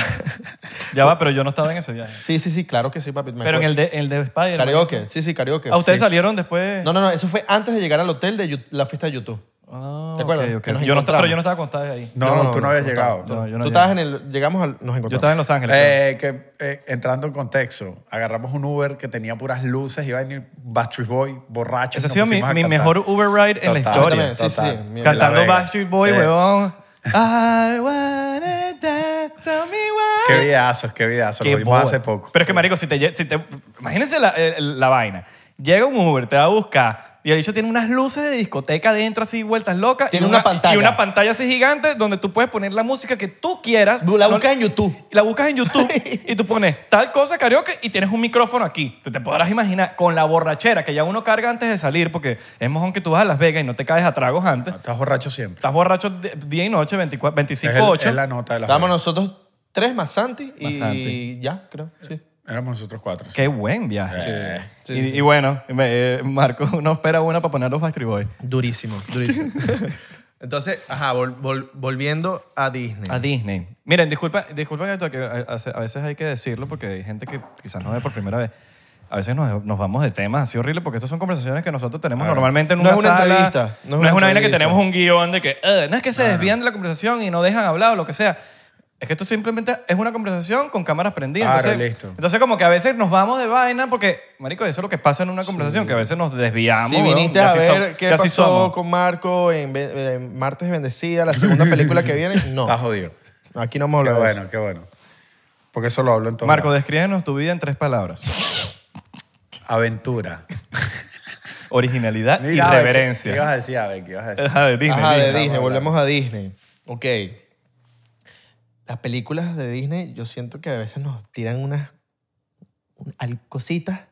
C: Ya va, pero yo no estaba en ese viaje.
B: sí, sí, sí, claro que sí, papi. me
C: Pero en
B: acuerdo.
C: el de, el de Spider.
B: Karaoke, sí, sí, karaoke.
C: ¿A ustedes
B: sí.
C: salieron después?
B: No, no, no, eso fue antes de llegar al hotel de Yu- la fiesta de YouTube.
C: Ah,
B: ¿Te acuerdas?
C: ok, ok.
B: Que nos
C: Yo no,
B: encontramos.
C: estaba- pero yo no estaba con ustedes ahí.
A: No,
B: No, no,
A: tú no
B: no,
A: habías
B: no,
A: llegado.
C: No, yo no
B: Tú
C: llegué.
B: estabas en el. Llegamos al. Nos encontramos.
C: Yo estaba en Los Ángeles. claro.
A: Eh, que, eh, entrando en contexto, agarramos un Uber que tenía puras luces y va a venir Backstreet Boy, borracho.
C: Ese ha
A: nos
C: sido mi,
A: pusimos a
C: mi
A: cantar.
C: mejor Uber ride en la
A: Total,
C: historia.
B: Sí, sí,
A: total.
B: sí.
C: Cantando
A: En la Vega.
C: Backstreet Boy,
A: Eh,
C: weón. I wanna dance, tell me why.
A: Qué videazos, qué videazos.
C: Qué
A: Lo vimos
C: boba.
A: hace poco.
C: Pero es que, marico, si te, lle- si te- imagínense la, eh, la vaina. Llega un Uber, te va a buscar y el bicho tiene unas luces de discoteca adentro así vueltas locas.
B: Tiene
C: y
B: una pantalla.
C: Y una pantalla así gigante donde tú puedes poner la música que tú quieras.
B: La
C: No-
B: buscas en YouTube.
C: La buscas en YouTube y tú pones tal cosa karaoke y tienes un micrófono aquí. Tú te podrás imaginar con la borrachera que ya uno carga antes de salir porque es mojón que tú vas a Las Vegas y no te caes a tragos antes.
A: Estás borracho siempre.
C: Estás borracho de- día y noche, 24,
A: Ah. Es,
C: 25,
A: el-
C: 8.
A: es la nota de la
B: Estábamos nosotros tres más Santi y
C: Más Santi.
B: ya, creo. Sí.
A: Éramos nosotros cuatro.
C: Qué buen viaje.
B: Sí,
C: y,
B: sí, sí.
C: y bueno, me- eh, Marco no espera una para poner los Backstreet Boys.
B: Durísimo, durísimo. Entonces, ajá, vol- vol- volviendo a Disney.
C: A Disney. Miren, disculpa, disculpa esto, que a, a- a veces hay que decirlo porque hay gente que quizás no ve por primera vez. A veces nos, nos vamos de temas así horrible porque estas son conversaciones que nosotros tenemos normalmente en
B: No
C: una
B: es una
C: sala.
B: entrevista,
C: No, es una vaina que
B: entrevista.
C: tenemos un guión de que, "Eh, no es que se desvían de la conversación y no dejan hablar o lo que sea. Es que esto simplemente es una conversación con cámaras prendidas.
A: Claro,
C: entonces,
A: listo.
C: entonces como que a veces nos vamos de vaina porque, marico, eso es lo que pasa en una conversación, que a veces nos desviamos.
B: si viniste
C: weón,
B: a
C: y así
B: ver
C: som-
B: qué
C: y así
B: pasó
C: somos.
B: con Marco en, Ve- en Martes Bendecida, la segunda película que viene, no.
A: Estás jodido.
B: Aquí no hemos
A: Qué
B: hablado de
A: bueno, qué bueno. Porque eso lo hablo en todo.
C: Marco,
A: lado.
C: descríbenos tu vida en tres palabras.
A: Aventura.
C: Originalidad y
A: Mira, a ver,
C: reverencia.
A: ¿Qué ibas a decir, a ver, ¿Qué ibas a decir?
C: Ajá, de Disney.
B: Ajá, de
C: Disney.
B: Disney,
A: Vamos
B: volvemos a Disney. Ok. Las películas de Disney, yo siento que a veces nos tiran unas un- al- cositas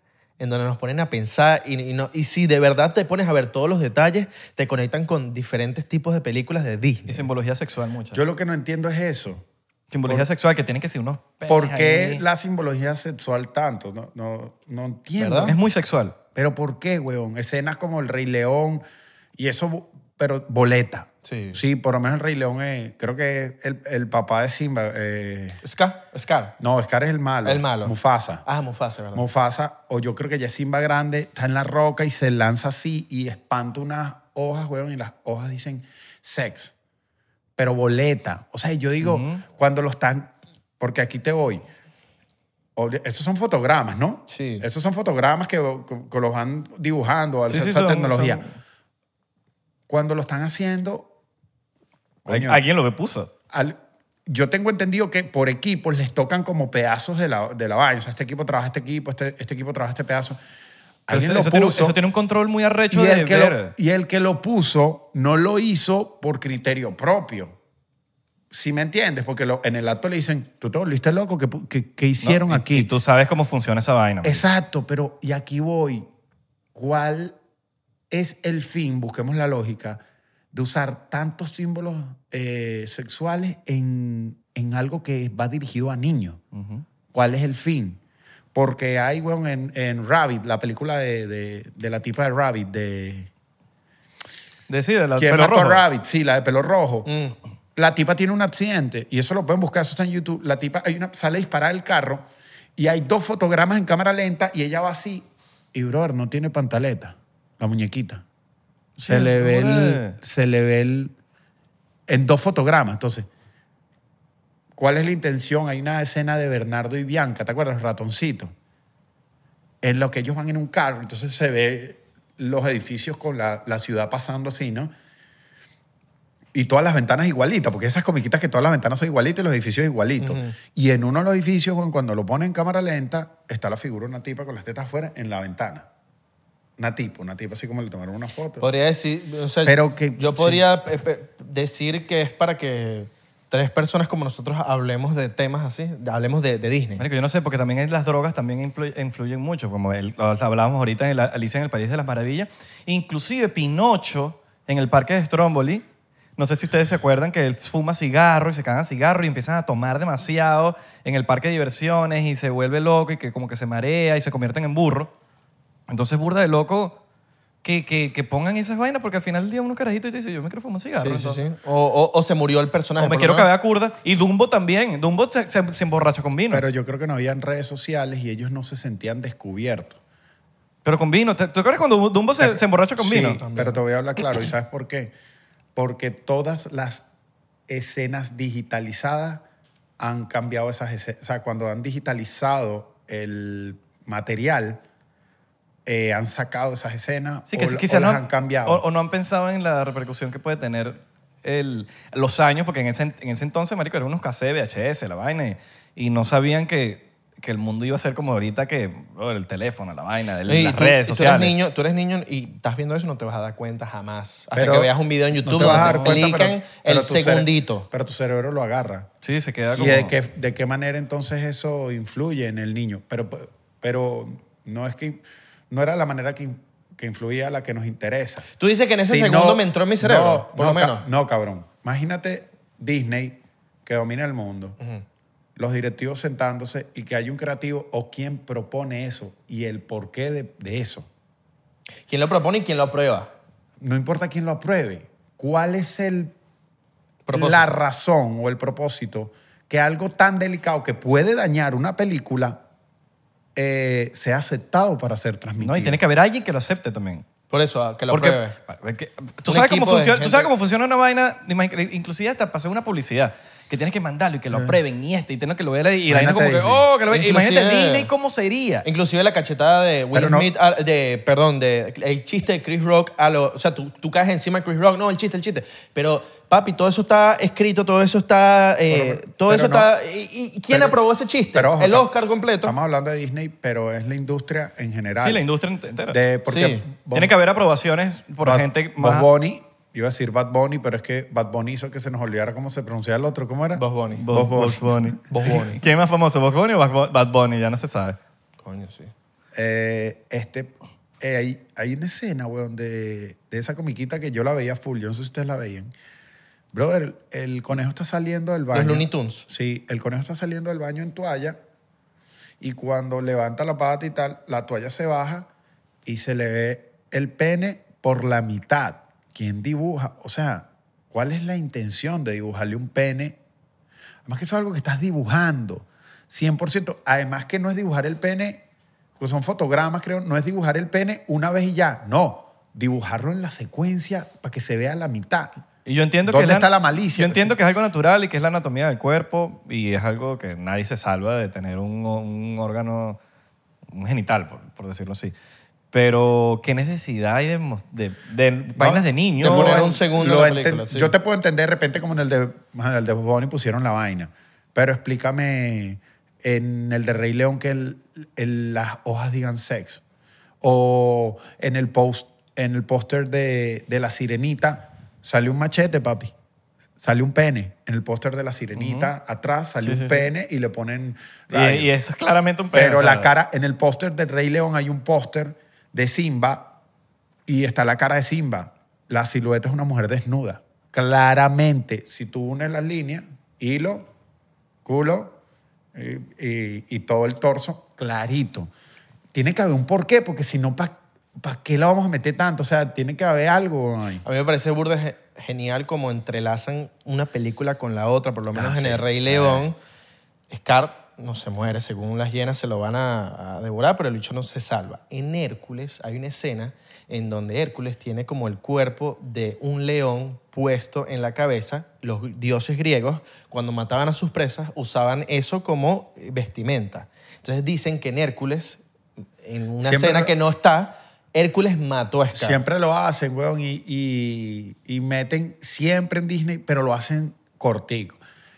B: en donde nos ponen a pensar y, y no, y si de verdad te pones a ver todos los detalles, te conectan con diferentes tipos de películas de
C: Y
B: Disney.
C: simbología sexual mucho.
A: Yo lo que no entiendo es eso.
C: simbología sexual que tiene que ser unos penes
A: ¿Por qué
C: ahí.
A: la simbología sexual tanto? No, no, no entiendo.
B: ¿Verdad?
C: Es muy sexual.
A: Pero ¿por qué, weón? Escenas como El Rey León y eso, bo- pero boleta.
B: Sí.
A: Sí, por lo menos El Rey León es, creo que es el, el papá de Simba. eh,
B: Scar, Scar,
A: no, Scar es el malo.
B: el malo.
A: Mufasa.
B: Ah, Mufasa, ¿verdad?
A: Mufasa, o yo creo que ya es Simba grande, está en la roca y se lanza así y espanta unas hojas, weón, y las hojas dicen sex, pero boleta. O sea, yo digo, cuando lo están, porque aquí te voy. Obvio- Estos son fotogramas, ¿no?
B: Sí.
A: Estos son fotogramas que, que- que los van dibujando, o
C: Sí,
A: sea,
C: sí,
A: esa
C: son-
A: tecnología.
C: son-
A: Cuando lo están haciendo, coño,
C: Alguien lo puso.
A: al- yo tengo entendido que por equipos les tocan como pedazos de la, de la vaina. O sea, este equipo trabaja este equipo, este, este equipo trabaja este pedazo.
C: Pero
A: Alguien
C: Eso,
A: lo
C: eso tiene, un-
A: puso
C: eso tiene un control muy arrecho
A: y,
C: de
A: el que lo,
C: ver.
A: y el que lo puso no lo hizo por criterio propio. Si me entiendes, porque lo- en el acto le dicen, tú te volviste loco, ¿qué, pu- qué- qué
C: ¿no?
A: hicieron
C: Y-
A: aquí?
C: Y, tú sabes cómo funciona esa vaina. man.
A: Exacto, pero y aquí voy. ¿Cuál es el fin, busquemos la lógica, de usar tantos símbolos eh, sexuales en, en algo que va dirigido a niños? ¿Cuál es el fin? Porque hay, weón, en, en Rabbit, la película de, de- de la tipa de Rabbit, de...
C: Decide, la
A: ¿Quién
C: pelo
A: mató a
C: rojo. Mm.
A: Rabbit? Sí, la de pelo rojo. La tipa tiene un accidente y eso lo pueden buscar, eso está en YouTube. La tipa hay una, sale disparada del carro y hay dos fotogramas en cámara lenta y ella va así. Y brother, no tiene pantaleta, la muñequita. Se
C: Sí,
A: le ve el,
C: hombre.
A: se le ve el, en dos fotogramas. Entonces, ¿cuál es la intención? Hay una escena de Bernardo y Bianca, ¿te acuerdas? Ratoncito. En lo que ellos van en un carro, entonces se ve los edificios con la, la ciudad pasando así, ¿no? Y todas las ventanas igualitas, porque esas comiquitas que todas las ventanas son igualitas y los edificios igualitos. Y en uno de los edificios, weón, cuando lo ponen en cámara lenta, está la figura de una tipa con las tetas afuera en la ventana. Una tipa, una tipa así como le tomaron una foto.
B: Podría decir, o sea,
A: Pero que-
B: yo podría eh, pe- decir que es para que tres personas como nosotros hablemos de temas así, de- hablemos de, de Disney.
C: Eh. Marico, yo no sé, porque también hay- las drogas también influ- influyen mucho, como el- lo hablábamos ahorita en la- Alicia en el País de las Maravillas. Inclusive Pinocho en el Parque de Stromboli, no sé si ustedes se acuerdan que él fuma cigarro y se cagan cigarro y empiezan a tomar demasiado en el parque de diversiones y se vuelve loco y que como que se marea y se convierten en burro. Entonces, burda de loco, que, que, que pongan esas vainas porque al final del día uno carajito y te dice, yo me quiero fumar un cigarro.
B: Sí, sí,
C: entonces.
B: sí. O, o- o se murió el personaje.
C: O me
B: por
C: quiero
B: lo menos.
C: cagar curda. Y Dumbo también. Dumbo se, se- se emborracha con vino.
A: Pero yo creo que no habían redes sociales y ellos no se sentían descubiertos.
C: Pero con vino. ¿Te- ¿Tú acuerdas cuando Dumbo se, se emborracha con
A: Sí,
C: vino?
A: pero te voy a hablar claro. ¿Y sabes por qué? Porque todas las escenas digitalizadas han cambiado esas escenas. O sea, cuando han digitalizado el material, eh, han sacado esas escenas
C: Sí, que
A: o, la-
C: quizás
A: o las
C: no
A: han cambiado.
C: O, o no han pensado en la repercusión que puede tener el, los años, porque en ese, en ese entonces, marico, eran unos cassettes, VHS, la vaina, y, y no sabían que, que el mundo iba a ser como ahorita que bro, el teléfono, la vaina, el-
B: Y
C: las
B: tú-
C: redes
B: y tú
C: sociales.
B: Eres niño, tú eres niño y estás viendo eso no te vas a dar cuenta jamás. Hasta
A: Pero
B: que veas un video en
A: no
B: YouTube
A: te vas a dar
B: donde te
A: cuenta, pero-
B: explican
A: pero
B: el
A: tu cere-
B: segundito.
A: pero tu cerebro lo agarra.
C: Sí, se queda
A: ¿Y
C: como...
A: de qué, de qué manera entonces eso influye en el niño? Pero, pero no es que no era la manera que, in- que influía la que nos interesa.
B: Tú dices que en ese segundo me entró en mi cerebro, por
A: no,
B: lo
A: ca-
B: menos.
A: No, cabrón. Imagínate Disney que domina el mundo, los directivos sentándose y que hay un creativo o quien propone eso y el porqué de, de eso.
B: ¿Quién lo propone y quién lo prueba?
A: No importa quién lo apruebe. ¿Cuál es el
B: Propósito.
A: la razón o el propósito que algo tan delicado que puede dañar una película eh, sea aceptado para ser transmitido.
C: No, y tiene que haber alguien que lo acepte también.
B: Por eso, ah, que lo
C: Porque,
B: pruebe.
C: porque- ¿tú,
B: Un
C: sabes cómo
B: equipo de
C: funciona, tú
B: gente-
C: sabes cómo funciona una vaina, imag- inclusive hasta para hacer una publicidad, que tienes que mandarlo y que lo aprueben y este, y tienes que lo vea y la
A: Imagínate
C: gente como que,
A: Disney.
C: oh, que lo vea.
B: Eh. Inclusive-
C: Imagínate Disney cómo sería.
B: Inclusive la cachetada de Will
A: Pero no-
B: Smith, a- de, perdón, de, el chiste de Chris Rock, a lo, o sea, tú, tú caes encima de Chris Rock, no, el chiste, el chiste. Pero, papi, todo eso está escrito, todo eso está, eh,
A: Pero-
B: todo
A: pero
B: eso
A: no.
B: está, ¿y, y quién
A: Pero-
B: aprobó ese chiste?
A: pero ojo,
B: el
A: tam-
B: Oscar completo.
A: Estamos hablando de Disney, pero es la industria en general.
C: Sí, la industria ent- entera.
A: De, porque
B: Sí.
A: Bob-
C: Tiene que haber aprobaciones por
A: Bad-
C: gente
A: Bob
C: más...
A: Bunny, yo iba a decir Bad Bunny, pero es que Bad Bunny hizo que se nos olvidara cómo se pronunciaba el otro. ¿Cómo era?
B: Bob Bunny.
C: Bo-
A: Bob Bunny.
C: Bugs Bunny.
B: Bob Bunny.
C: ¿Quién es más famoso, Bob Bunny o Bad Bu- Bad Bunny? Ya no se sabe.
B: Coño, sí.
A: Eh, este, eh, hay, hay una escena, weón, de, de esa comiquita que yo la veía full. Yo no sé si ustedes la veían. Brother, el, el conejo está saliendo del baño.
B: Looney Tunes.
A: Sí, el conejo está saliendo del baño en toalla y cuando levanta la pata y tal, la toalla se baja y se le ve el pene por la mitad. ¿Quién dibuja? O sea, ¿cuál es la intención de dibujarle un pene Además que eso es algo que estás dibujando, 100%. Además que no es dibujar el pene, pues son fotogramas, creo, no es dibujar el pene una vez y ya, no, dibujarlo en la secuencia para que se vea la mitad.
C: Y yo entiendo que
A: ¿Dónde
C: es
A: está la malicia? pues?
C: Yo entiendo que es algo natural y que es la anatomía del cuerpo y es algo que nadie se salva de tener un, un órgano, un genital, por, por decirlo así. Pero qué necesidad hay de, mos- de, de vainas de niños.
B: de poner
A: en-
B: un segundo
A: lo
B: la
A: enten-
B: película, sí.
A: Yo te puedo entender de repente como en el de, en el de Bob Bunny pusieron la vaina, pero explícame en el de Rey León que el- el- las hojas digan sexo. O en el post en el póster de, de La Sirenita salió un machete, papi. Salió un pene. En el póster de La Sirenita atrás salió un pene y le ponen...
C: Y,
A: rayos.
C: y eso es claramente un pene,
A: Pero
C: o sea,
A: la cara, en el póster del Rey León hay un póster de Simba y está la cara de Simba. La silueta es una mujer desnuda. Claramente, si tú unes las líneas, hilo, culo y, y- y todo el torso, clarito. Tiene que haber un porqué, porque si no, ¿para qué la vamos a meter tanto? O sea, tiene que haber algo ahí.
B: A mí me parece burda ge- genial como entrelazan una película con la otra,
A: Ah,
B: por lo menos en El Rey León. Scar no se muere, según las hienas se lo van a, a devorar, pero el bicho no se salva. En Hércules hay una escena en donde Hércules tiene como el cuerpo de un león puesto en la cabeza. Los dioses griegos, cuando mataban a sus presas, usaban eso como vestimenta. Entonces dicen que en Hércules, en una
A: Siempre
B: escena
A: lo-
B: que no está, Hércules mató a Scar.
A: Siempre lo hacen, weón, y, y- y meten siempre en Disney, pero lo hacen cortico.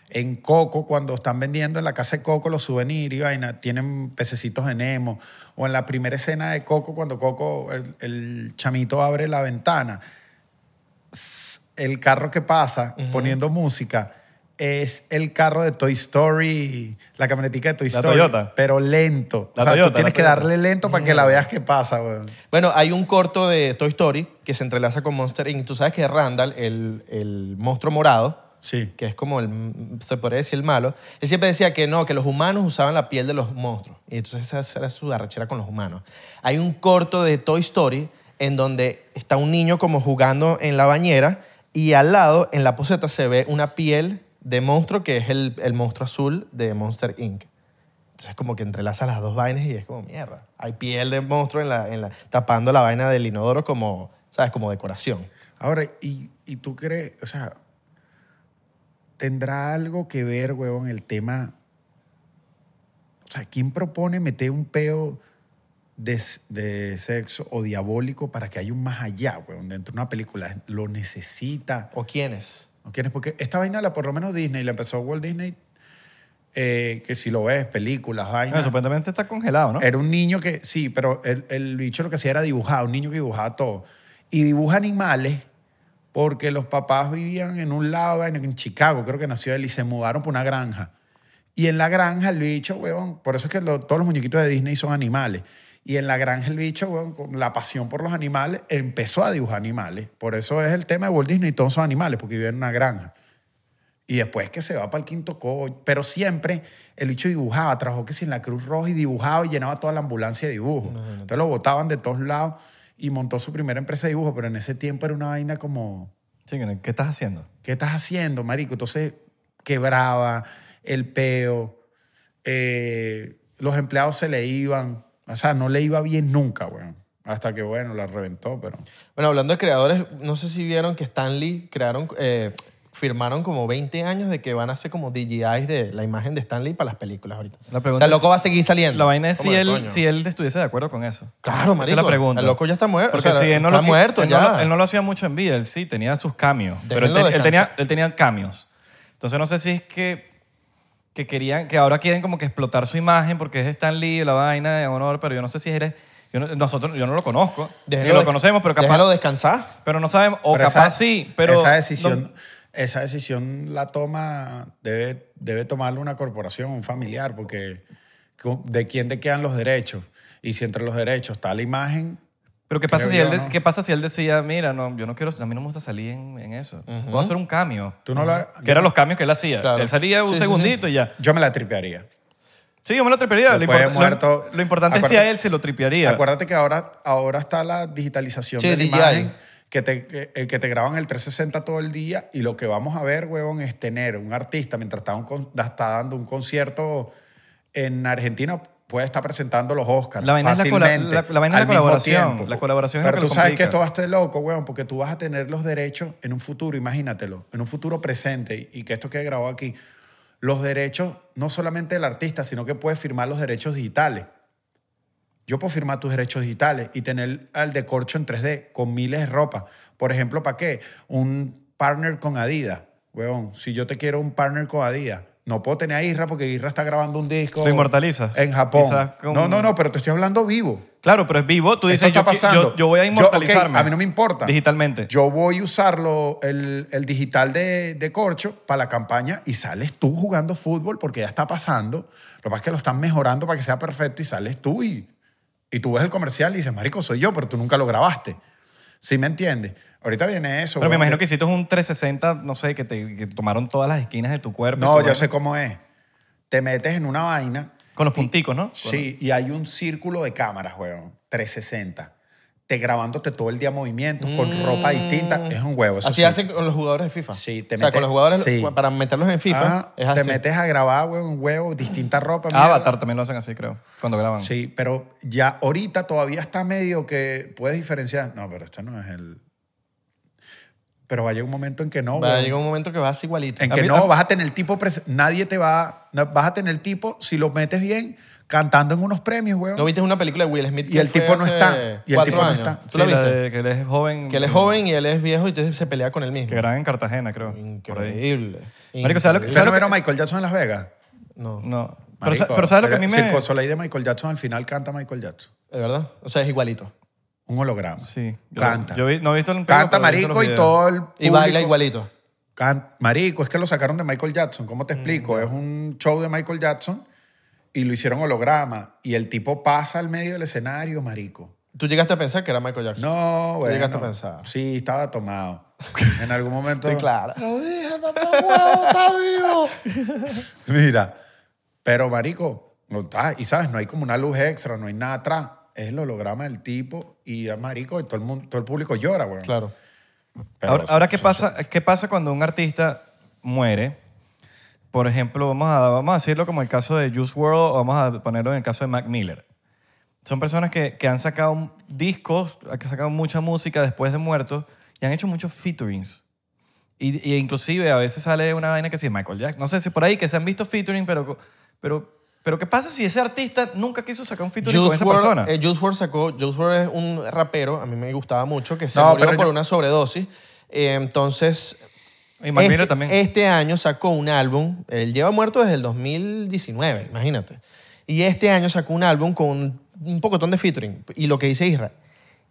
A: En Coco, cuando están vendiendo en la casa de Coco los souvenirs y vaina, tienen pececitos de Nemo. O en la primera escena de Coco, cuando Coco, el, el chamito abre la ventana, s- el carro que pasa poniendo música es el carro de Toy Story, la camionetica de Toy
C: La
A: Story,
C: Toyota.
A: pero lento.
C: La
A: o sea,
C: Toyota,
A: tú
C: la
A: tienes que
C: Toyota.
A: darle lento para que la veas que pasa, weón.
B: Bueno, hay un corto de Toy Story que se entrelaza con Monster Inc. Tú sabes que Randall, el, el monstruo morado,
A: Sí.
B: que es como el, se podría decir el malo, él siempre decía que no, que los humanos usaban la piel de los monstruos. Y entonces esa era su arrechera con los humanos. Hay un corto de Toy Story en donde está un niño como jugando en la bañera y al lado, en la poseta, se ve una piel de monstruo que es el, el monstruo azul de Monster Inc. Entonces como que entrelaza las dos vainas y es como mierda. Hay piel de monstruo en la, en la, tapando la vaina del inodoro como, ¿sabes? Como decoración.
A: Ahora, ¿y, y tú crees, o sea, tendrá algo que ver, huevón, el tema? O sea, ¿quién propone meter un peo de, s- de sexo o diabólico para que haya un más allá, huevón, dentro de una película? Lo necesita.
B: ¿O quiénes?
A: ¿No quieres? Porque esta vaina, la, por lo menos Disney, la empezó Walt Disney, eh, que si lo ves, películas,
C: Bueno,
A: vainas.
C: supuestamente está congelado, ¿no?
A: Era un niño que, sí, pero el, el bicho lo que hacía era dibujar, un niño que dibujaba todo. Y dibuja animales porque los papás vivían en un lado, en, en Chicago, creo que nació él, y se mudaron por una granja. Y en la granja el bicho, weón, por eso es que lo- todos los muñequitos de Disney son animales. Y en la granja el bicho, weón, con la pasión por los animales, empezó a dibujar animales. Por eso es el tema de Walt Disney, todos son animales, porque viven en una granja. Y después que se va para el quinto coño. Pero siempre el bicho dibujaba, trabajó que si en la Cruz Roja y dibujaba y llenaba toda la ambulancia de dibujo. Entonces lo botaban de todos lados y montó su primera empresa de dibujo, pero en ese tiempo era una vaina como,
C: Chingale, ¿Qué estás haciendo?
A: ¿qué estás haciendo, marico? Entonces quebraba el peo, eh, los empleados se le iban, o sea, no le iba bien nunca, weón. Hasta que, bueno, la reventó, pero...
B: Bueno, hablando de creadores, no sé si vieron que Stanley crearon, eh, firmaron como 20 años de que van a hacer como DJIs de la imagen de Stanley para las películas ahorita.
C: La
B: o
C: pregunta
B: sea, el
C: es-
B: loco va a seguir saliendo.
C: La vaina es
B: Como
C: si
B: de
C: él,
B: coño.
C: si él estuviese de acuerdo con eso.
B: Claro, marico.
C: Esa es la pregunta.
B: El loco ya está muerto,
C: Porque
B: o sea,
C: si él no
B: está
C: lo,
B: muerto
C: él
B: ya.
C: No, lo- él no lo hacía mucho en vida, él sí tenía sus cambios. Pero él,
B: Déjenlo
C: te- él tenía,
B: descansar.
C: él tenía cambios. Entonces no sé si es que, que querían, que ahora quieren como que explotar su imagen porque es Stan Lee, la vaina de honor, pero yo no sé si eres... Yo no, nosotros, yo no lo conozco,
B: Déjelo
C: ni lo
B: des-
C: conocemos, pero
B: Déjalo
C: capaz...
B: descansar.
C: Pero no sabemos, o
A: Pero
C: capaz
A: esa-
C: sí, pero...
A: Esa decisión,
C: no-
A: esa decisión la toma, debe, debe tomarla una corporación, un familiar, porque co- ¿de quién te quedan los derechos? Y si entre los derechos está la imagen,
C: Pero ¿qué pasa,
A: Creo
C: si él,
A: yo,
C: de-
A: ¿no?
C: ¿qué pasa si él decía, mira, no, yo no quiero, a mí no me gusta salir en, en eso. Voy a hacer un cambio.
A: tú no la...
C: Que eran los cambios que él hacía.
B: Claro.
C: Él salía un
B: Sí, sí,
C: segundito y ya.
A: Yo me la tripearía.
C: Sí, yo me lo tripearía. Lo,
A: Después de
C: importa-
A: muerto-
C: lo, lo importante es si
A: Acuérdate-
C: a él se lo tripearía.
A: Acuérdate que ahora, ahora está la digitalización
B: Sí,
A: de la
B: DJI.
A: imagen, que te, que, eh, que te graban el 360 todo el día y lo que vamos a ver, huevón, es tener un artista mientras está, un con- está dando un concierto en Argentina puede estar presentando los Oscars
C: La vaina es la cola-
A: fácilmente,
C: la- la vaina es la
A: al mismo
C: colaboración.
A: tiempo.
C: La colaboración es lo
A: Pero
C: que
A: tú
C: lo
A: sabes que
C: complica.
A: esto va a estar loco, huevón, porque tú vas a tener los derechos en un futuro, imagínatelo, en un futuro presente y y que esto quede grabado aquí. Los derechos, no solamente del artista, sino que puedes firmar los derechos digitales. Yo puedo firmar tus derechos digitales y tener al de corcho en 3D con miles de ropa. Por ejemplo, ¿para qué? Un partner con Adidas. Weón, si yo te quiero un partner con Adidas, no puedo tener a Isra porque Isra está grabando un disco.
C: Se inmortaliza.
A: En Japón.
C: Quizás con-
A: No, no, no, pero te estoy hablando vivo.
C: Claro, pero es vivo. Tú
A: Esto
C: dices,
A: está
C: yo, qui-
A: pasando.
C: yo- yo voy a
A: Yo, ok,
C: inmortalizarme.
A: a mí no me importa.
C: Digitalmente.
A: Yo voy a usarlo, el, el digital de, de Corcho, para la campaña y sales tú jugando fútbol porque ya está pasando. Lo que pasa es que lo están mejorando para que sea perfecto y sales tú y, y tú ves el comercial y dices, marico, soy yo, pero tú nunca lo grabaste. ¿Sí me entiendes? Ahorita viene eso.
C: pero me
A: weón,
C: imagino
A: de-
C: que hiciste un 360, no sé, que te que tomaron todas las esquinas de tu cuerpo.
A: No,
C: y tu-
A: yo sé cómo es. Te metes en una vaina.
C: Con los punticos, ¿no?
A: Sí, y hay un círculo de cámaras, weón, 360. Te grabándote todo el día movimientos con ropa distinta. Es un huevo. eso
B: Mm. Así
A: sí.
B: hacen con los jugadores de FIFA.
A: Sí, te
B: O sea,
A: metes-
B: con los jugadores,
A: sí.
B: para meterlos en FIFA,
A: Ajá,
B: es así. Mm. Ah,
A: Te metes a grabar, weón, un huevo, distinta ropa. mierda.
C: Ah, Avatar también lo hacen así, creo, cuando graban.
A: Sí, pero ya ahorita todavía está medio que puedes diferenciar. No, pero este no es el. Pero va a llegar un momento en que no,
B: Va a
A: weón.
B: llegar un momento que vas igualito.
A: En
C: A
A: que
C: mí-
A: no,
C: a-
A: vas a tener tipo. pres- Nadie te va. no, Vas a tener tipo, si lo metes bien, cantando en unos premios, weón.
B: ¿No viste una película de Will Smith?
A: Y
B: que
A: el
B: fue
A: tipo no
B: hace
A: está. Y el
B: cuatro
A: tipo no
B: años?
A: está.
B: ¿Tú la
C: Sí, la
B: viste?
C: de que él es joven.
B: Que él es joven y él es viejo y entonces se pelea con él mismo.
C: Que graban en Cartagena, creo. Por ahí.
B: Increíble.
C: Marico, ¿sabes lo
A: ¿Ustedes
C: que-
A: no
C: ¿sabes
A: vieron a Michael Jackson en Las Vegas?
B: No,
C: No. Pero,
A: Marico,
C: sa- pero ¿sabes lo que a mí me...?
A: Circo Soleil de Michael Jackson, al final canta Michael Jackson.
B: de verdad. O sea, es igualito.
A: Un holograma.
C: Sí. Yo-
A: Canta.
C: Yo vi- no he visto el
A: Canta
C: pero he
A: marico
C: visto los
A: y
C: videos.
A: todo el
B: Y baila
A: público-
B: igualito.
A: Can- Marico, es que lo sacaron de Michael Jackson. ¿Cómo
C: Mm,
A: te explico? es un show de Michael Jackson y lo hicieron holograma. Y el tipo pasa al medio del escenario, marico.
B: Tú llegaste a pensar que era Michael Jackson.
A: No, bueno.
B: llegaste a pensar.
A: Sí, estaba tomado. En algún momento.
B: Sí, claro.
A: Lo dije, papá, huevo, está vivo. Mira, pero marico, no está. Y sabes, no hay como una luz extra, no hay nada atrás. Es el holograma del tipo y ah, marico y todo el mundo, todo el público llora, güey.
B: Claro.
C: ahora, ahora, ¿qué, pasa, ¿qué pasa cuando un artista muere? Por ejemplo, vamos a, vamos a decirlo como el caso de Juice WRLD o vamos a ponerlo en el caso de Mac Miller. Son personas que, que han sacado discos, que han sacado mucha música después de muertos y han hecho muchos featurings. Y, y inclusive a veces sale una vaina que sí, Michael Jackson. No sé si por ahí que se han visto featuring, pero, pero, pero ¿qué pasa si ese artista nunca quiso sacar un featuring con
B: Juice
C: esa
B: WRLD,
C: persona?
B: eh, Juice WRLD sacó, Juice WRLD es un rapero, a mí me gustaba mucho, que se
A: No,
B: murió
A: pero
B: por
A: yo-
B: una sobredosis. Eh, entonces,
C: y Mac
B: este,
C: Miller también.
B: este año sacó un álbum, él lleva muerto desde el 2019, imagínate. Y este año sacó un álbum con un pocotón de featuring. Y lo que dice Isra,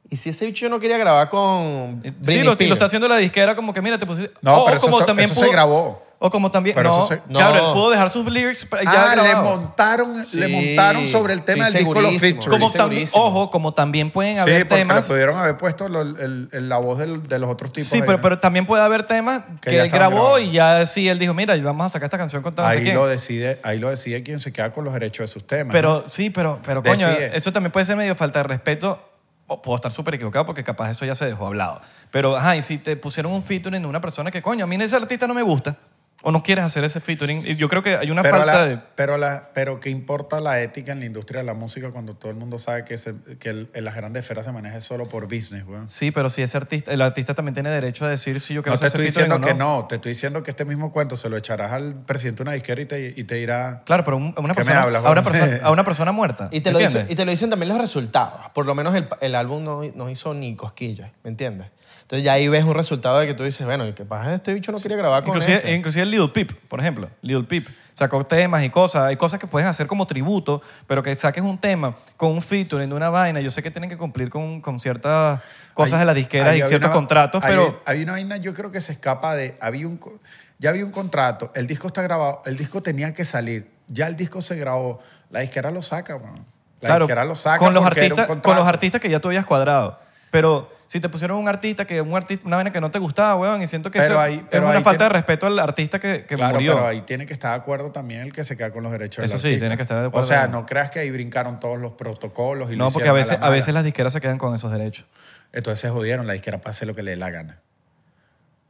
B: y si ese bicho no quería grabar con Britney
C: sí, lo,
B: Spears?
C: lo está haciendo la disquera como que, mira, te pusiste...
A: No,
C: o- o
A: pero eso,
C: como
A: está-
C: también
A: eso se
C: pudo-
A: grabó.
C: O como también...
A: Pero eso
C: no,
A: se-
B: No.
C: cabrón, pudo dejar sus lyrics pa- ya
A: ah, le
C: grabados.
A: montaron, le
B: Sí,
A: montaron sobre el tema
B: estoy
A: del disco Los
B: segurísimo.
A: Features.
C: Como
B: Sí,
C: tam-
B: segurísimo.
C: ojo, como también pueden
A: Sí,
C: haber
A: porque
C: temas...
A: le pudieron haber puesto lo- el- el- la voz del- de los otros tipos.
C: Sí,
A: ahí,
C: pero,
A: ¿no?
C: pero también puede haber temas
A: Que
C: que,
A: ya
C: él
A: estaban
C: grabó
A: grabados.
C: y ya sí, él dijo, mira, vamos a sacar esta canción con tal no sé
A: ahí
C: quién.
A: lo decide, ahí lo decide quién se queda con los derechos de sus temas. ¿no?
C: Pero sí, pero, pero coño,
A: Decide.
C: eso también puede ser medio falta de respeto. O puedo estar súper equivocado porque capaz eso ya se dejó hablado. Pero, ajá, y si te pusieron un featuring de una persona que, coño, a mí ese artista no me gusta o no quieres hacer ese featuring, y yo creo que hay una
A: Pero,
C: falta
A: la-
C: de...
A: pero, la- pero ¿qué importa la ética en la industria de la música cuando todo el mundo sabe que, se- que el- en las grandes esferas se maneja solo por business, weón?
C: Sí, pero si ese artista, el artista también tiene derecho a decir si yo quiero
A: No te
C: hacer
A: estoy
C: ese featuring
A: diciendo que
C: o
A: no, te estoy diciendo que este mismo cuento se lo echarás al presidente de una disquera y te, y te dirá...
C: Claro, pero un- a una
A: ¿Qué me
C: persona,
A: hablas,
C: a, una
A: Juan?
C: persona, a una persona muerta.
B: Y te, lo dicen,
C: ¿entiendes?
B: y te lo dicen también los resultados. Por lo menos el, el álbum no, no hizo ni cosquillas, ¿me entiendes? Entonces ya ahí ves un resultado de que tú dices, bueno, el que pasa este bicho no quería grabar con
C: Inclusive,
B: este.
C: inclusive Little Peep, por ejemplo. Little Peep sacó temas y cosas. Hay cosas que puedes hacer como tributo, pero que saques un tema con un featuring de una vaina. Yo sé que tienen que cumplir con, con ciertas cosas
A: Ahí-
C: de las disqueras
A: ahí
C: y
A: había
C: ciertos
A: una-
C: contratos,
A: ahí-
C: pero...
A: Había una vaina, yo creo que se escapa de... Había un, co- ya había un contrato, el disco está grabado, el disco tenía que salir, ya el disco se grabó, la disquera lo saca, weón. La
C: claro,
A: disquera lo saca
C: con los,
A: porque era un
C: artistas, con los
A: contrato.
C: artistas que ya tú habías cuadrado. Pero si te pusieron un artista que un arti- una vaina que no te gustaba, weón, y siento que
A: Pero
C: eso
A: ahí- pero
C: es una
A: ahí
C: falta de
A: tiene-
C: respeto al artista que, que
A: claro,
C: murió.
A: pero ahí tiene que estar de acuerdo también el que se queda con los derechos del
C: Eso sí,
A: artista.
C: tiene que estar de acuerdo.
A: O sea, no creas que ahí brincaron todos los protocolos y lo
C: no, porque a
A: hicieron la
C: veces, a
A: mala.
C: veces las disqueras se quedan con esos derechos.
A: Entonces se jodieron, la disquera puede hacer lo que le dé la gana.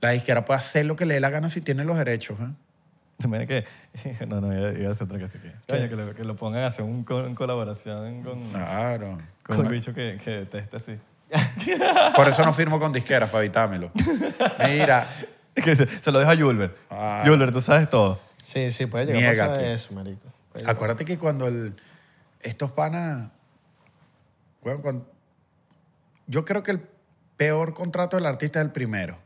A: La disquera puede hacer lo que le dé la gana si tiene los derechos. ¿eh?
C: Se me da que. No, no, iba- iba a hacer otra cosa que. Coño, que lo, que lo pongan a hacer un co- en colaboración con,
A: Claro.
C: con un bicho que, que detesta así.
A: Por eso no firmo con disqueras, para evitármelo. Mira,
C: Que se, se lo deja a Julber.
A: Ah.
C: Julber, tú sabes todo.
B: Sí, sí, puede llegar a pasar
A: Niégate.
B: eso, marico. Pues, Puede llegar.
A: acuérdate que cuando el- estos panas... Bueno, cuando- yo creo que el peor contrato del artista es el primero.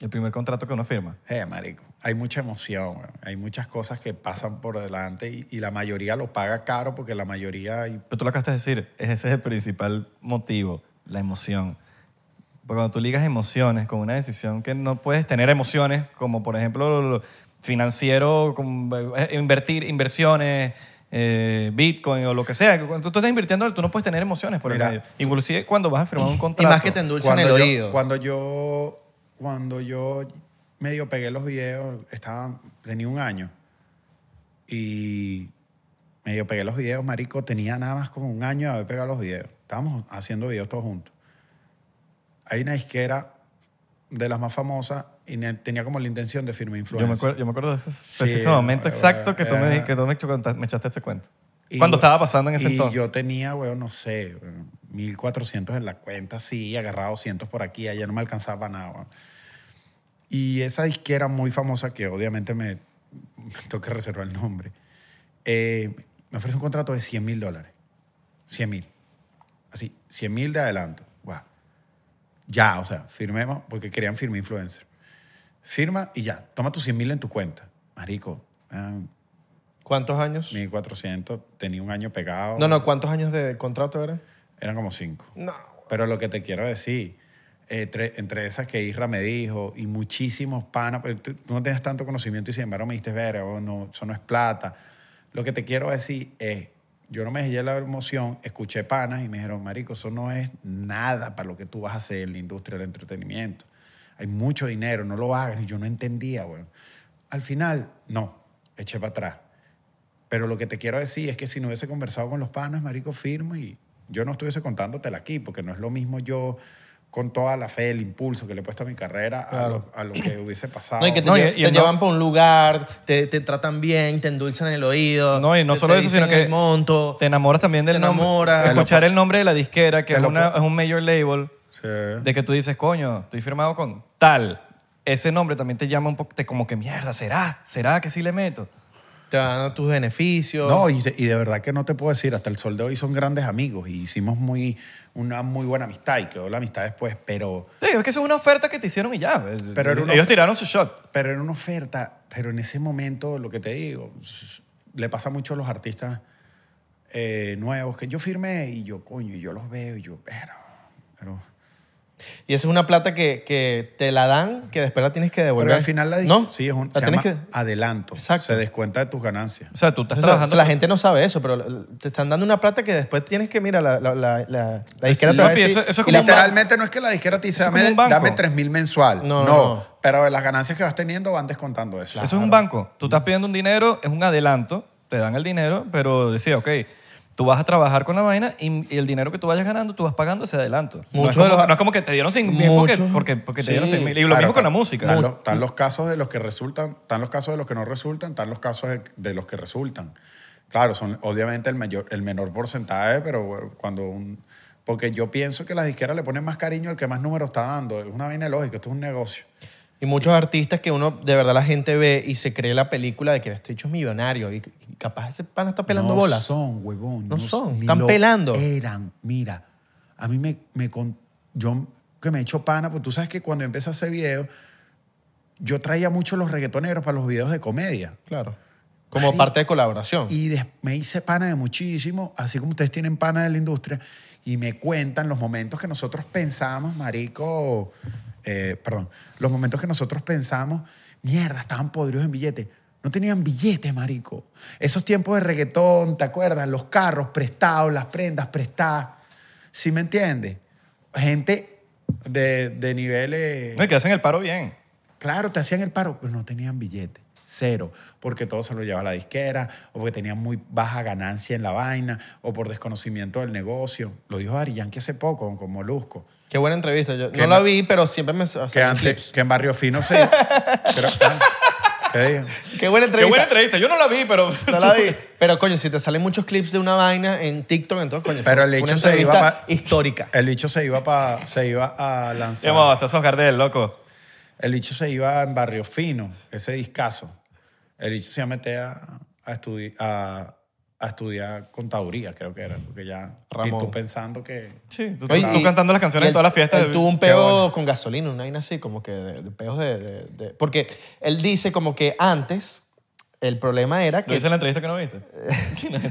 C: El primer contrato que uno firma.
A: Eh, marico, hay mucha emoción, weón. hay muchas cosas que pasan por delante y, y la mayoría lo paga caro porque la mayoría... hay-
C: Pero tú lo acabas de decir, ese es el principal motivo, la emoción. Porque cuando tú ligas emociones con una decisión que no puedes tener emociones, como por ejemplo lo- lo financiero, con, eh, invertir, inversiones, eh, Bitcoin o lo que sea. que Cuando tú estás invirtiendo, tú no puedes tener emociones por
A: Mira.
C: el medio. Inclusive cuando vas a firmar un
B: Y
C: contrato.
B: más que te endulzan el
A: yo,
B: oído.
A: Cuando yo, cuando yo medio pegué los videos, estaba, tenía un año y medio pegué los videos, marico, tenía nada más como un año de haber pegado los videos. Estábamos haciendo videos todos juntos. Hay una disquera de las más famosas y ne- tenía como la intención de firmar
C: Yo
A: influencer.
C: me, acuerdo, yo me acuerdo de ese
A: Sí,
C: preciso momento
A: era-
C: exacto que tú, me, di-
A: era-
C: que tú me, chu- me echaste ese cuento.
A: Y-
C: Cuando estaba pasando en ese
A: y
C: entonces.
A: yo tenía, weón, no sé, weón, 1400 en la cuenta, sí, agarraba 200 por aquí, allá no me alcanzaba nada, weón. Y esa disquera muy famosa, que obviamente me tengo que reservar el nombre, eh, me ofrece un contrato de 100 mil dólares. 100 mil. Así, 100 mil de adelanto. Guau. Ya, o sea, firmemos, porque querían firmar influencer. Firma y ya, toma tus 100 mil en tu cuenta. Marico, ah,
B: ¿Cuántos años?
A: 1400, tenía un año pegado.
B: No, no, ¿cuántos años de contrato era?
A: Eran como cinco.
B: No.
A: Pero lo que te quiero decir, eh, entre, entre esas que Isra me dijo y muchísimos panas, porque tú, tú no tienes tanto conocimiento y sin embargo me dijiste, verga, oh, no, eso no es plata. Lo que te quiero decir es, yo no me dejé la emoción, escuché panas y me dijeron, marico, eso no es nada para lo que tú vas a hacer en la industria del entretenimiento. Hay mucho dinero, no lo hagas. Y yo no entendía, güey. Al final, no, eché para atrás. Pero lo que te quiero decir es que si no hubiese conversado con los panas, marico, firmo y yo no estuviese contándotela aquí, porque no es lo mismo yo con toda la fe, el impulso que le he puesto a mi carrera a, lo, a lo que hubiese pasado.
B: No, y que te,
C: No, y-
B: lle-
C: y
B: te
C: en
B: llevan
C: do-
B: para un lugar, te, te tratan bien, te endulzan el oído.
C: No, y no
B: te-
C: solo
B: te
C: eso,
B: dicen
C: sino que
B: el monto.
C: te enamoras también del
B: te
C: nombre.
B: enamoras.
C: Escuchar el nombre de la disquera, que
A: Te
C: es,
A: lo
C: una-
A: pu-
C: es un major label,
A: Sí.
C: de que tú dices, coño, estoy firmado con tal. Ese nombre también te llama un poco, te como que mierda, ¿será? ¿Será que sí le meto?
B: Te dan tus beneficios.
A: No, y de, y de verdad que no te puedo decir, hasta el sol de hoy son grandes amigos y hicimos muy, una muy buena amistad y quedó la amistad después, pero,
C: Sí, es que eso es una oferta que te hicieron y ya. pues.
A: Pero era una
C: Ellos
A: ofe-
C: tiraron su shot.
A: pero era una oferta, pero en ese momento, lo que te digo, s- le pasa mucho a los artistas eh, nuevos que yo firmé y yo, coño, y yo los veo y yo, pero, pero...
B: Y esa es una plata que, que te la dan, que después la tienes que devolver.
A: Pero al final la di-
B: ¿No?
A: sí, es un se
B: La tienes
A: llama
B: que-
A: adelanto.
B: Exacto.
A: Se descuenta de tus ganancias.
C: O sea, tú estás
B: O sea,
C: trabajando.
B: la
C: con-
B: gente no sabe eso, pero la- te están dando una plata que después tienes que, mira, la, la, la, la, la disquera te va a
C: Papi,
B: decir-
C: eso- eso es
B: y
C: como
B: la-
C: un banco.
A: Literalmente no es que la disquera te dice,
C: Eso es como
A: dame,
C: un banco.
A: dame 3 mil mensual.
B: No,
A: No,
B: no.
A: Pero de las ganancias que vas teniendo van descontando eso.
C: Eso es un banco. Tú estás pidiendo un dinero, es un adelanto, te dan el dinero, pero decía, ok, tú vas a trabajar con la vaina y, y el dinero que tú vayas ganando, tú vas pagando ese adelanto. no,
B: Muchos
C: es
B: de
C: como,
B: los-
C: no es como que te dieron 100 mil porque,
B: muchos-
C: porque, porque te
B: sí.
C: dieron 100 mil. Y lo
A: Claro,
C: mismo con la
A: están-
C: música.
A: Están los, están los casos de los que resultan, están los casos de los que no resultan, están los casos de, de los que resultan. Claro, son obviamente el, mayor, el menor porcentaje, pero bueno, cuando un... Porque yo pienso que las disqueras le ponen más cariño al que más números está dando. Es una vaina lógica, esto es un negocio.
B: Y muchos artistas que uno, de verdad, la gente ve y se cree la película de que este hecho es millonario y, y capaz ese pana está pelando
A: no
B: bolas.
A: son, huevón.
B: No son,
A: ni
B: están
A: lo
B: pelando.
A: Eran, mira, a mí me, me con- yo que me he hecho pana, pues tú sabes que cuando yo empecé a hacer videos, yo traía mucho los reggaetoneros para los videos de comedia.
B: Claro. Como
A: Marico.
B: parte de colaboración.
A: Y des- me hice pana de muchísimo, así como ustedes tienen pana de la industria, y me cuentan los momentos que nosotros pensamos, marico, eh, perdón, los momentos que nosotros pensamos, mierda, estaban podridos en billetes. No tenían billetes, marico. Esos tiempos de reggaetón, ¿te acuerdas? Los carros prestados, las prendas prestadas. ¿Sí me entiendes? Gente de, de niveles...
C: No, y que hacen el paro bien.
A: Claro, te hacían el paro, pero no tenían billete. Cero. Porque todo se lo llevaba la disquera, o porque tenían muy baja ganancia en la vaina, o por desconocimiento del negocio. Lo dijo Ari Yankee hace poco, con Molusco.
B: Qué buena entrevista. Yo no
A: Que
B: la
A: no-
B: vi, pero siempre me salen
A: Que antes,
B: clips.
A: que en Barrio Fino se. Pero, ah, ¿Qué digo?
B: Qué buena
C: Qué
B: entrevista.
C: buena entrevista. Yo no la vi, pero.
B: No la vi. Pero, coño, si te salen muchos clips de una vaina en TikTok, entonces, coño,
A: Pero
B: fue
A: el
B: una
A: hecho se iba
B: entrevista
A: pa-
B: histórica.
A: El bicho se iba, pa- se iba a lanzar.
C: Llamaba hasta esos Gardel, loco.
A: El bicho se iba en Barrio Fino, ese discazo. El bicho se iba a meter a, a estudi- a- a estudiar contaduría, creo que era. Porque ya.
B: Ramón.
A: Y tú pensando que.
C: Sí, tú,
B: Oye,
C: tú
B: y-
C: cantando las
B: y
C: canciones en
B: él-
C: todas las fiestas.
B: Él tuvo un
C: Qué
B: peo
C: bueno.
B: con gasolina, una vaina así, como que de, de peos de, de- de- Porque él dice como que antes el problema era
C: Lo
B: que...
C: dice en la entrevista que no viste.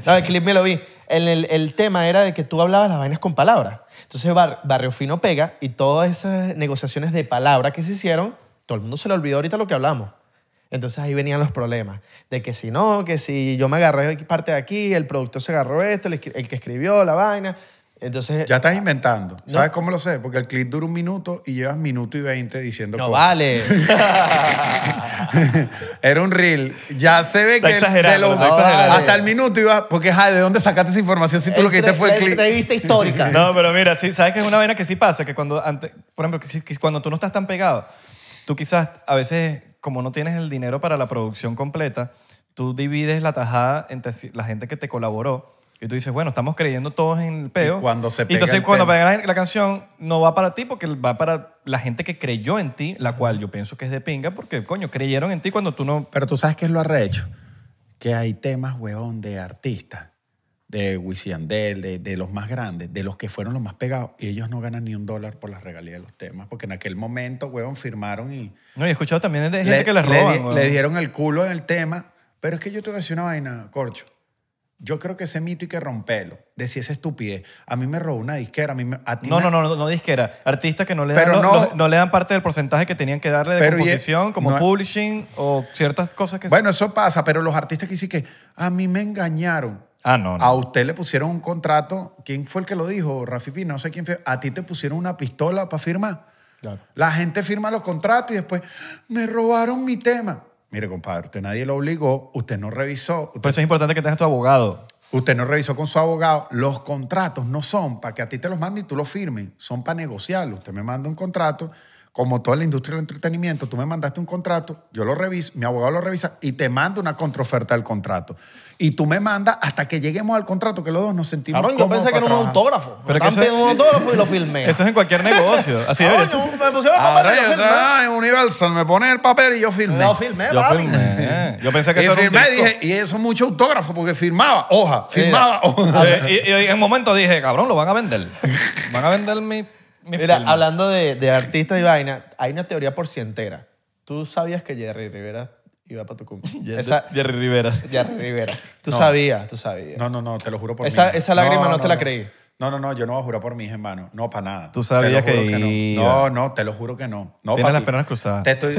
B: No, el clip me lo vi. El, el- el tema era de que tú hablabas las vainas con palabras. Entonces Bar- Barrio Fino pega y todas esas negociaciones de palabra que se hicieron, todo el mundo se le olvidó ahorita lo que hablamos. Entonces ahí venían los problemas. De que si no, que si yo me agarré parte de aquí, el productor se agarró esto, el, escri- el que escribió la vaina. Entonces...
A: Ya estás inventando.
B: No.
A: ¿Sabes cómo lo sé? Porque el clip dura un minuto y llevas minuto y veinte diciendo
B: no
A: cosas.
B: vale.
A: Era un reel. Ya se ve
C: Está
A: que
C: exagerando,
A: de los-
C: está exagerando.
A: hasta el minuto iba. Porque, ja, ¿de dónde sacaste esa información si tú lo que hiciste fue
B: La
A: el clip?
B: entrevista histórica.
C: No, pero mira, sí, sabes que es una vaina que sí pasa, que cuando, antes, por ejemplo, que si- que cuando tú no estás tan pegado, tú quizás a veces, como no tienes el dinero para la producción completa, tú divides la tajada entre si- la gente que te colaboró y tú dices, bueno, estamos creyendo todos en el peo.
A: Y cuando se
C: Y
A: pega
C: entonces
A: el
C: cuando
A: tema.
C: pega la, la canción no va para ti porque va para la gente que creyó en ti, la cual yo pienso que es de pinga porque, coño, creyeron en ti cuando tú no...
A: Pero tú sabes qué es lo arrecho. que hay temas, huevón, de artistas, de Wisiandel, de, de los más grandes, de los que fueron los más pegados, y ellos no ganan ni un dólar por las regalías de los temas, porque en aquel momento, huevón, firmaron y
C: No, y he escuchado también de gente que les
A: di-
C: roban.
A: le
C: weón.
A: dieron el culo en el tema. Pero es que yo te voy a decir una vaina, Corcho. Yo creo que ese mito hay que romperlo. Decir esa estupidez. A mí me robó una disquera. A mí me- a ti
C: No,
A: na-
C: no, no, no, no disquera. Artistas que no le,
A: Pero
C: dan, lo-
A: no-
C: lo- no le dan parte del porcentaje que tenían que darle de
A: Pero y- e-
C: composición, como
A: no-
C: publishing o ciertas cosas que...
A: Bueno, eso pasa, pero los artistas que dicen que a mí me engañaron.
C: ah, no, no.
A: A usted le pusieron un contrato. ¿Quién fue el que lo dijo? Rafi Pina, no sé quién fue. A ti te pusieron una pistola para firmar.
B: Claro.
A: La gente firma los contratos y después me robaron mi tema. Mire, compadre, usted nadie lo obligó, usted no revisó,
C: Por eso es importante que tengas tu abogado.
A: Usted no revisó con su abogado. Los contratos no son para que a ti te los manden y tú los firmes. Son para negociarlo. Usted me manda un contrato, como toda la industria del entretenimiento, tú me mandaste un contrato, yo lo reviso, mi abogado lo revisa y te manda una contraoferta del contrato. Y tú me mandas hasta que lleguemos al contrato, que los dos nos sentimos
B: Cabrón, yo
A: cómodos
B: pensé que
A: para
B: era un
A: trabajar.
B: autógrafo.
C: Pero
B: Pero
C: que
B: Estaban
C: eso-
B: pidiendo un autógrafo y lo filmé.
C: Eso es en cualquier negocio. Así
B: Cabrón,
C: es.
B: yo me pusieron el
A: Ahora
B: papel y
A: Ah, yo
B: lo filmé.
A: trabajo en Universal, me pone el papel y yo firmé.
B: Lo filmé,
C: Yo,
B: papi.
C: firmé. Yo pensé que
A: eh, y
C: eso era un
A: firmé y
C: disco.
A: dije, y eso es mucho autógrafo, porque firmaba hoja, firmaba hoja.
C: Eh, y, y en un momento dije, cabrón, lo van a vender. Van a vender mi... mi
B: Mira,
C: filme.
B: hablando de, de artistas y vaina, hay una teoría por cientera. ¿Tú sabías que Jerry Rivera iba para tu cumpleaños?
C: Jerry,
B: Esa-
C: Jerry Rivera.
B: Jerry Rivera. Tú sabías, tú sabías.
A: No, no, no, te lo juro por
B: Esa-
A: mí.
B: esa lágrima no te la creí.
A: No, no, no, yo no voy a jurar por mis hermanos. No, para nada.
C: Tú sabías
A: Te lo juro
C: que
A: no.
C: iba.
A: No, no, te lo juro que no. no papi.
C: Tienes las piernas cruzadas.
A: Te estoy...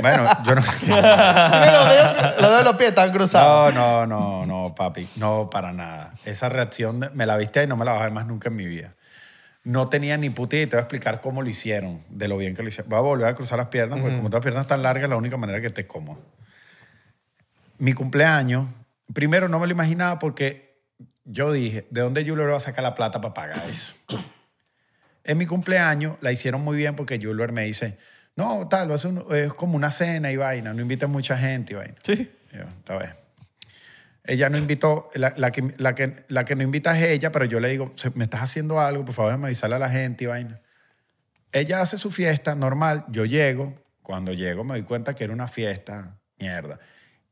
A: Bueno, yo no...
B: Mira, los dedos, los dedos de los pies están cruzados.
A: No, no, no, no, papi. No, para nada. Esa reacción de- me la viste y no me la vas a ver más nunca en mi vida. No tenía ni puta idea y te voy a explicar cómo lo hicieron, de lo bien que lo hicieron. Voy a volver a cruzar las piernas, porque como tus piernas están largas, es la única manera que te como. Mi cumpleaños, primero no me lo imaginaba porque yo dije, ¿de dónde Julio va a sacar la plata para pagar eso? En mi cumpleaños la hicieron muy bien porque Julio me dice, no, tal, es, es como una cena y vaina, no invitas mucha gente y vaina.
C: Sí.
A: Yo, está bien. Ella no invitó, la, la que, la, que, la que no invita es ella, pero yo le digo, "Se- me estás haciendo algo, por favor, déjame avisarle a la gente y vaina. Ella hace su fiesta normal, yo llego, cuando llego me doy cuenta que era una fiesta, mierda,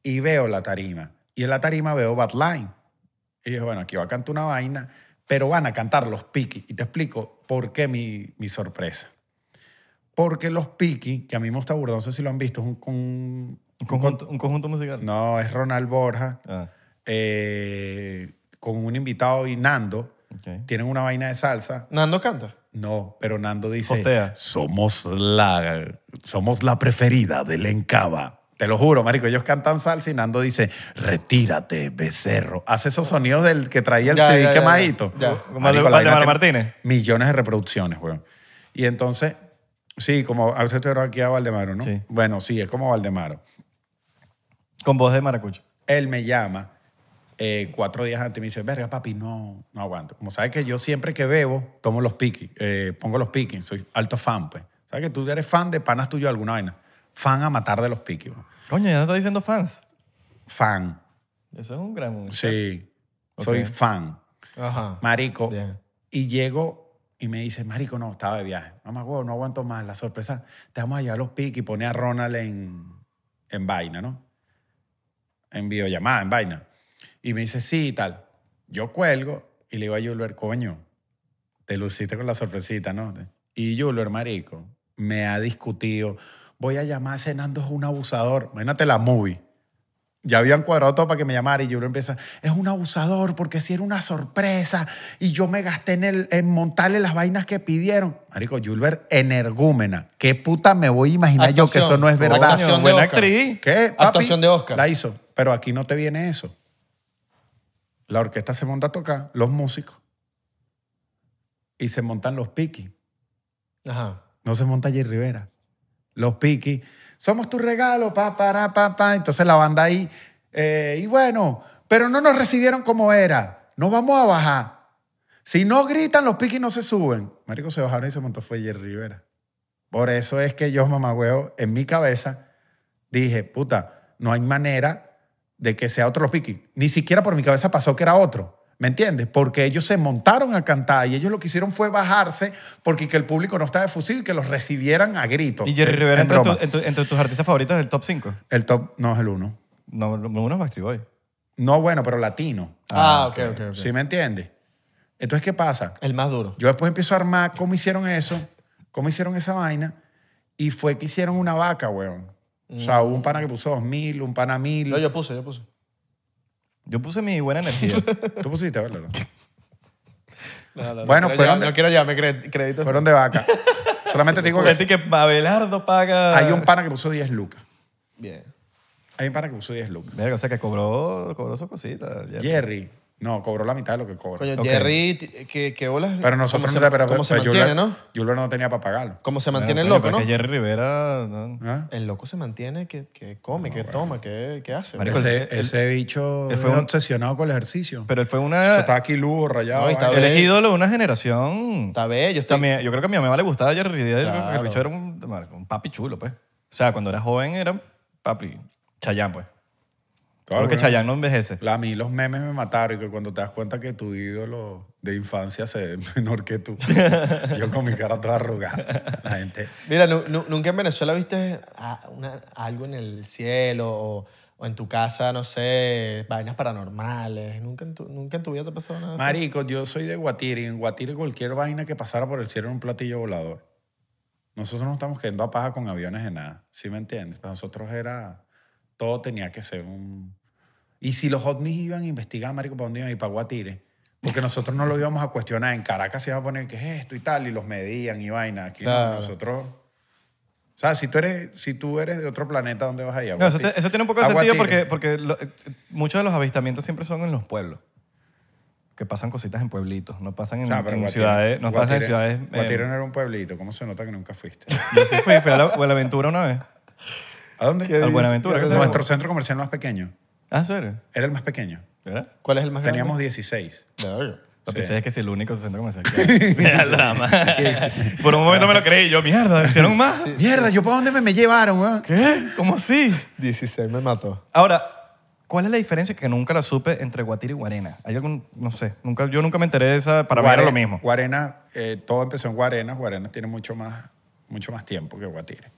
A: y veo la tarima, y en la tarima veo Batline. Y yo, bueno, aquí va a cantar una vaina, pero van a cantar los Piki, y te explico por qué mi, mi sorpresa. Porque los Piki, que a mí me gusta burda, no sé si lo han visto, es un- un-
C: Un conjunto, un conjunto musical.
A: no, es Ronald Borja
C: Ah,
A: eh, con un invitado y Nando.
C: ok.
A: Tienen una vaina de salsa.
B: Nando canta.
A: No, pero Nando dice,
C: Postea.
A: somos la, somos la preferida del Encaba. Te lo juro, marico, ellos cantan salsa y Nando dice, retírate, becerro. Hace esos sonidos del que traía el
B: Ya,
A: CD
B: ya, ya,
A: quemadito.
B: ya.
C: Como
A: Marico,
C: el
A: la
C: de
A: vaina
C: Valdemar
A: tiene
C: Martínez.
A: Millones de reproducciones, weón. Y entonces, sí, como a usted te veo aquí a Valdemaro, ¿no?
C: Sí.
A: Bueno, sí, es como Valdemaro.
C: Con voz de maracucho.
A: él me llama eh, cuatro días antes y me dice, verga, papi, no, no aguanto. Como sabes que yo siempre que bebo, tomo los piquis, eh, pongo los piquis, soy alto fan, pues. ¿Sabes que tú eres fan de panas tuyo de alguna vaina? Fan a matar de los piquis, weón.
C: Coño, ya no está diciendo fans.
A: Fan,
C: Eso es un gran músico.
A: sí. Soy
C: Ok.
A: fan.
B: Ajá.
A: Marico.
B: Bien.
A: Y llego y me dice, Marico, no, estaba de viaje. No me acuerdo, no aguanto más. La sorpresa, te vamos a llevar los piques y pone a Ronald en, en vaina, ¿no? En videollamada, en vaina. Y me dice, sí y tal. Yo cuelgo y le digo a Julber, coño, te luciste con la sorpresita, ¿no? Y Julber, Marico, me ha discutido. Voy a llamar cenando a un abusador. Imagínate la movie. Ya habían cuadrado todo para que me llamara y yo lo empieza, es un abusador porque si era una sorpresa y yo me gasté en, el, en montarle las vainas que pidieron. Marico, Julber, energúmena. ¿Qué puta me voy a imaginar yo que
B: Actuación.
A: eso no es verdad?
B: Actuación de
C: Buena
B: Oscar.
C: actriz.
A: ¿Qué?
B: Actuación de Oscar.
A: La hizo. Pero aquí no te viene eso. La orquesta se monta a tocar, los músicos. Y se montan los piquis.
B: Ajá.
A: No se monta Jerry Rivera. Los Piquis. Somos tu regalo, pa, para, pa, pa. Entonces la banda ahí. eh, y bueno, pero no nos recibieron como era. No vamos a bajar. Si no gritan, los Piquis no se suben. Marico se bajaron y se montó fue Jerry Rivera. Por eso es que yo, mamagüeo, en mi cabeza dije, puta, no hay manera de que sea otro los Piquis. Ni siquiera por mi cabeza pasó que era otro. ¿Me entiendes? Porque ellos se montaron a cantar y ellos lo que hicieron fue bajarse porque que el público no estaba de fusil y que los recibieran a gritos.
C: Y Jerry
A: En-
C: Rivera
A: en
C: entre, tu-
A: broma.
C: entre- entre tus artistas favoritos del top 5.
A: El top no es el uno.
C: No, lo- uno es Backstreet Boy.
A: No bueno, pero latino.
B: Ah, ok, ok, ok.
A: ¿Sí me entiendes? Entonces, ¿qué pasa?
B: El más duro.
A: Yo después empiezo a armar cómo hicieron eso, cómo hicieron esa vaina, y fue que hicieron una vaca, weón. O sea, hubo un pana que puso dos mil, un pana mil.
B: No, yo puse, yo puse.
C: Yo puse mi buena energía.
A: Tú pusiste, ¿verdad? Lolo?
B: Bueno,
A: Bueno,
B: fueron.
A: fueron-
B: No quiero llevarme cre- crédito.
A: Fueron de vaca. Solamente te digo
C: Vete
A: que
C: que Abelardo paga.
A: hay un pana que puso 10 lucas.
B: Bien.
A: Hay un pana que puso 10 lucas.
C: Verga, o sea que cobró, cobró su cosita. Jerry.
A: Jerry, no, cobró la mitad de lo que cobró.
B: Coño,
C: Ok.
B: Jerry, t- que, que bolas.
A: Pero nosotros
B: ¿Cómo
A: no
B: se,
A: pero-
B: cómo se
A: pero
B: mantiene,
A: Yulo-
B: no?
A: Yulo no tenía para pagarlo.
B: Cómo se
C: Bueno,
B: mantiene el
C: coño,
B: loco,
C: pero
B: ¿no?
C: es que Jerry Rivera. no.
A: ¿Ah?
B: El loco se mantiene, que, que come, que toma, que, que hace.
C: Marico,
A: Ese,
C: el-
A: ese bicho
C: él fue
A: es
C: un-
A: obsesionado con el ejercicio.
C: Pero él fue
A: Eso
C: una.
A: está aquí lugo, rayado.
B: No, y está
A: vaina.
C: Él es
B: Ey.
C: ídolo de una generación.
B: Está bello, está
C: También, yo creo que a mi mamá le gustaba Jerry Rivera. el-
B: Claro.
C: El bicho era un, un papi chulo, pues. O sea, cuando era joven era un papi. Chayán, pues.
A: Claro,
C: Porque
A: bueno.
C: Chayán no envejece.
A: La- A mí los memes me mataron y que cuando te das cuenta que tu ídolo de infancia se ve menor que tú. Yo con mi cara toda arrugada. La gente...
B: Mira, nu- nu- nunca en Venezuela viste a- una- algo en el cielo o, o en tu casa, no sé, vainas paranormales. Nunca en tu, nunca en tu vida te ha pasado nada. así?
A: Marico, yo soy de Guatire y en Guatire cualquier vaina que pasara por el cielo era un platillo volador. Nosotros no estamos quedando a paja con aviones de nada, ¿sí me entiendes? Para nosotros era, todo tenía que ser un... Y si los ovnis iban a investigar, marico, ¿para dónde iban? Y para Guatire. Porque nosotros no lo íbamos a cuestionar. En Caracas se iba a poner que es esto y tal, y los medían y vaina. Aquí no,
B: Claro.
A: nosotros... O sea, si tú, eres, si tú eres de otro planeta, ¿dónde vas a ir? A
C: No, eso,
A: Guatire.
C: te- eso tiene un poco de
A: A
C: sentido porque,
A: Guatire.
C: porque lo- eh, muchos de los avistamientos siempre son en los pueblos. Que pasan cositas en pueblitos, no pasan en,
A: O sea, pero
C: en
A: Guatire-
C: ciudades. No pasan en
A: Guatire-
C: ciudades. eh,
A: Guatire no era un puebleito. ¿Cómo se nota que nunca fuiste?
C: Yo sí fui, fui a la, a la aventura una vez.
A: ¿A dónde?
C: Al Buenaventura. ¿qué se llama?
A: Nuestro centro comercial más pequeño.
C: Ah, ¿en serio?
A: Era el más pequeño.
C: ¿Verdad?
B: ¿Cuál es el más
A: Teníamos
B: grande?
A: 16.
B: Teníamos
C: Lo
A: Sí.
C: que sé es que es el único centro comercial que hay. Mira, drama. Por un momento me lo creí. Yo, mierda, ¿hicieron más?
A: Mierda, ¿yo para dónde me, me llevaron, weón?
C: ¿Qué? ¿Cómo así?
B: 16 me mató.
C: Ahora, ¿cuál es la diferencia que nunca la supe entre Guatire y Guarena? Hay algún, no sé, nunca, yo nunca me enteré de esa, para mí era lo
A: Guare-
C: mismo.
A: Guarena, eh, todo empezó en Guarenas. Guarenas tiene mucho más, mucho más tiempo que Guatire.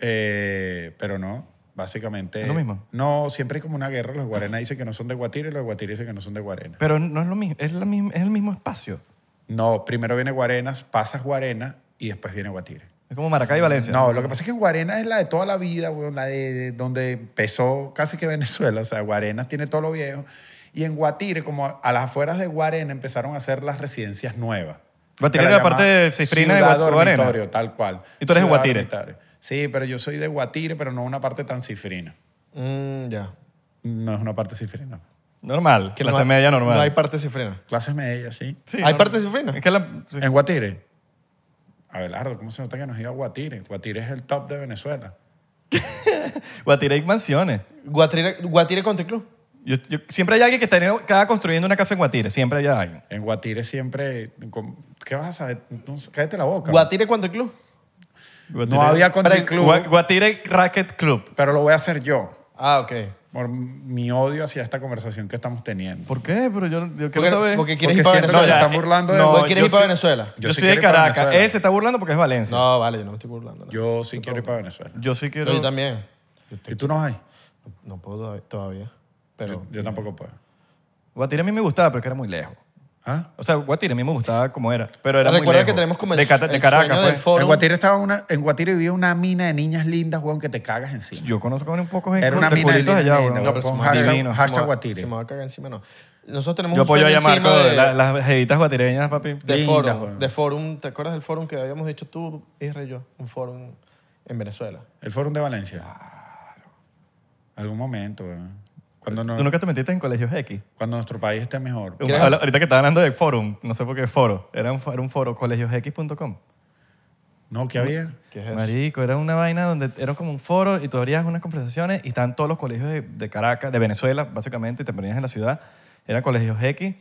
A: Eh, pero no, básicamente.
C: ¿Es lo mismo?
A: No, siempre hay como una guerra. Los Guarenas dicen que no son de Guatire y los de Guatire dicen que no son de Guarena.
C: Pero no es lo mismo, es, la misma, es el mismo espacio.
A: No, primero viene Guarenas, pasas Guarena y después viene Guatire.
C: Es como Maracay y Valencia.
A: No, lo que pasa es que en Guarenas es la de toda la vida, weón, la de, de donde empezó casi que Venezuela. O sea, Guarenas tiene todo lo viejo. Y en Guatire, como a las afueras de Guarena, empezaron a hacer las residencias nuevas.
C: Guatire
A: Que
C: era la
A: llamaban
C: parte de Cifrina de
A: Ciudad
C: Gua- Guarena.
A: Dormitorio, tal cual.
C: Y tú eres
A: Ciudad
C: de Guatire.
A: Dormitorio. Sí, pero yo soy de Guatire, pero no una parte tan cifrina.
B: Mm, ya.
A: No es una parte cifrina.
C: Normal, clase
B: No hay-
C: media normal.
B: No hay parte cifrina.
A: Clases medias, sí.
C: Sí,
B: ¿Hay
C: no-
B: parte cifrina?
C: Es que la- sí.
A: En Guatire. Abelardo, ¿cómo se nota que nos iba a Guatire? Guatire es el top de Venezuela.
C: Guatire hay mansiones.
B: Guatire, Guatire Country Club.
C: Yo- yo- siempre hay alguien que está cada construyendo una casa en Guatire, siempre hay alguien.
A: En Guatire siempre... con- ¿Qué vas a saber? No, cállate la boca.
B: Guatire Country Club.
C: Guatire-
A: No había country
C: Pero-
A: club.
C: Gua- Guatire Racket Club.
A: Pero lo voy a hacer yo.
B: Ah, ok.
A: Por mi odio hacia esta conversación que estamos teniendo.
C: ¿por qué? Pero yo, yo quiero
B: Porque,
C: saber. eh,
B: porque quieres
A: Porque
B: ir para
A: siempre
B: Venezuela.
A: se están burlando de-
B: No,
C: No,
B: quieres
C: yo
B: ir para
C: sí-
B: Venezuela.
C: Yo,
A: Yo sí
C: soy
A: quiero
C: de
A: ir para
C: Caracas.
A: Venezuela.
C: Él se está burlando porque es Valencia.
B: No, vale, yo no me estoy burlando. no.
A: Yo sí quiero ir para Venezuela.
C: Yo sí quiero.
B: No, yo también.
A: ¿Y tú no vas ahí?
B: No puedo todavía. Pero
A: Yo tampoco puedo.
C: Guatire a mí me gustaba, pero que era muy lejos.
A: ¿Ah?
C: O sea, Guatire a mí me gustaba como era. Pero era muy
B: Recuerda
C: lejos.
B: que tenemos como el-
C: de, Cata-
B: el
C: de Caracas,
B: sueño del
C: pues.
B: fo- Por
A: en
B: un-
A: Guatire estaba una, en Guatire vivía una mina de niñas lindas, weón, que te cagas encima.
C: Yo conozco un poco gente
A: Era una
C: de
A: mina de
C: culitos
A: lindas
C: allá,
A: lindas,
C: weón.
A: weón.
B: pero
A: Pon
B: somos
A: hashtag,
C: divinos,
A: hashtag
B: Se me va-
A: Guatire.
B: Se me va a cagar encima, no. Nosotros tenemos
C: Yo
B: un sueño
C: apoyo a Marco,
B: encima de,
C: la- las jevitas guatireñas, papi.
B: de
A: Linda,
B: forum,
A: weón.
B: de forum. ¿Te acuerdas del forum que habíamos dicho tú, Israel y yo? Un forum en Venezuela.
A: El Fórum de Valencia. Algún momento, weón. Cuando, no-
C: ¿Tú nunca te metiste en colegios X?
A: cuando nuestro país esté mejor.
B: ¿Quieres
C: Habla-
B: hacer-
C: Ahorita que estaba hablando de forum, no sé por qué foro. Era un, era un foro, colegiosx.com.
A: No, ¿qué había?
B: ¿Qué es eso?
C: Marico, era una vaina donde era como un foro y tú abrías unas conversaciones y estaban todos los colegios de, de Caracas, de Venezuela, básicamente, y te ponías en la ciudad. Eran colegios X.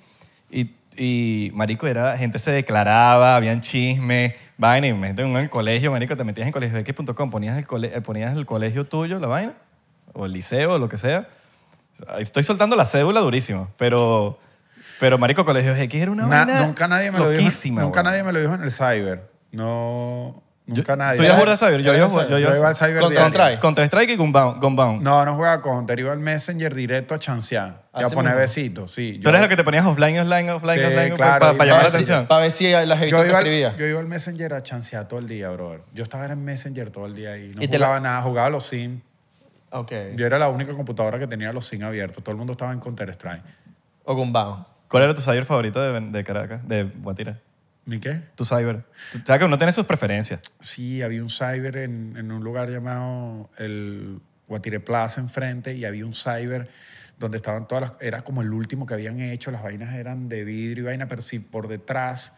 C: Y, y, marico, era, gente se declaraba, habían chismes, vaina. Y gente en el colegio, marico, te metías en colegiox.com, ponías el, cole- eh, ponías el colegio tuyo, la vaina, o el liceo, o lo que sea. Estoy soltando la cédula durísimo, pero, pero marico, colegios X era una
A: Na-
C: vaina
A: nunca nadie me
C: loquísima,
A: lo dijo. Nunca
C: weón.
A: nadie me lo dijo en el cyber. No, Nunca nadie.
C: Tú ya juras saber. Yo, yo, yo, yo,
A: Yo iba al cyber
B: Contra-
A: diario.
B: Contrae.
C: Contra Strike y Gunbound. Gunbound.
A: No, no jugaba con Hunter. Iba al Messenger directo a chancear. Y a
B: Así
A: poner
B: mismo.
A: besitos, sí.
C: Tú eres el que te ponías offline, offline, offline,
A: Sí,
C: offline
A: claro,
C: para,
A: y-
C: llamar la
A: Ah, sí.
C: atención.
B: Para ver si la gente
A: yo
B: te
A: iba, al,
B: escribía.
A: yo iba al Messenger a chancear todo el día, brother. Yo estaba en el Messenger todo el día y no
B: Y te la-
A: jugaba nada. Jugaba los Sims.
B: Ok.
A: Yo era la única computadora que tenía los Sims abiertos. Todo el mundo estaba en Counter-Strike.
B: O Gumbao.
C: ¿Cuál era tu cyber favorito de, de Caracas, de Guatira?
A: ¿Mi qué?
C: Tu cyber. Tú sabes que uno tiene sus preferencias.
A: Sí, había un cyber en, en un lugar llamado el Guatire Plaza enfrente y había un cyber donde estaban todas las... Era como el último que habían hecho, las vainas eran de vidrio y vaina, pero si por detrás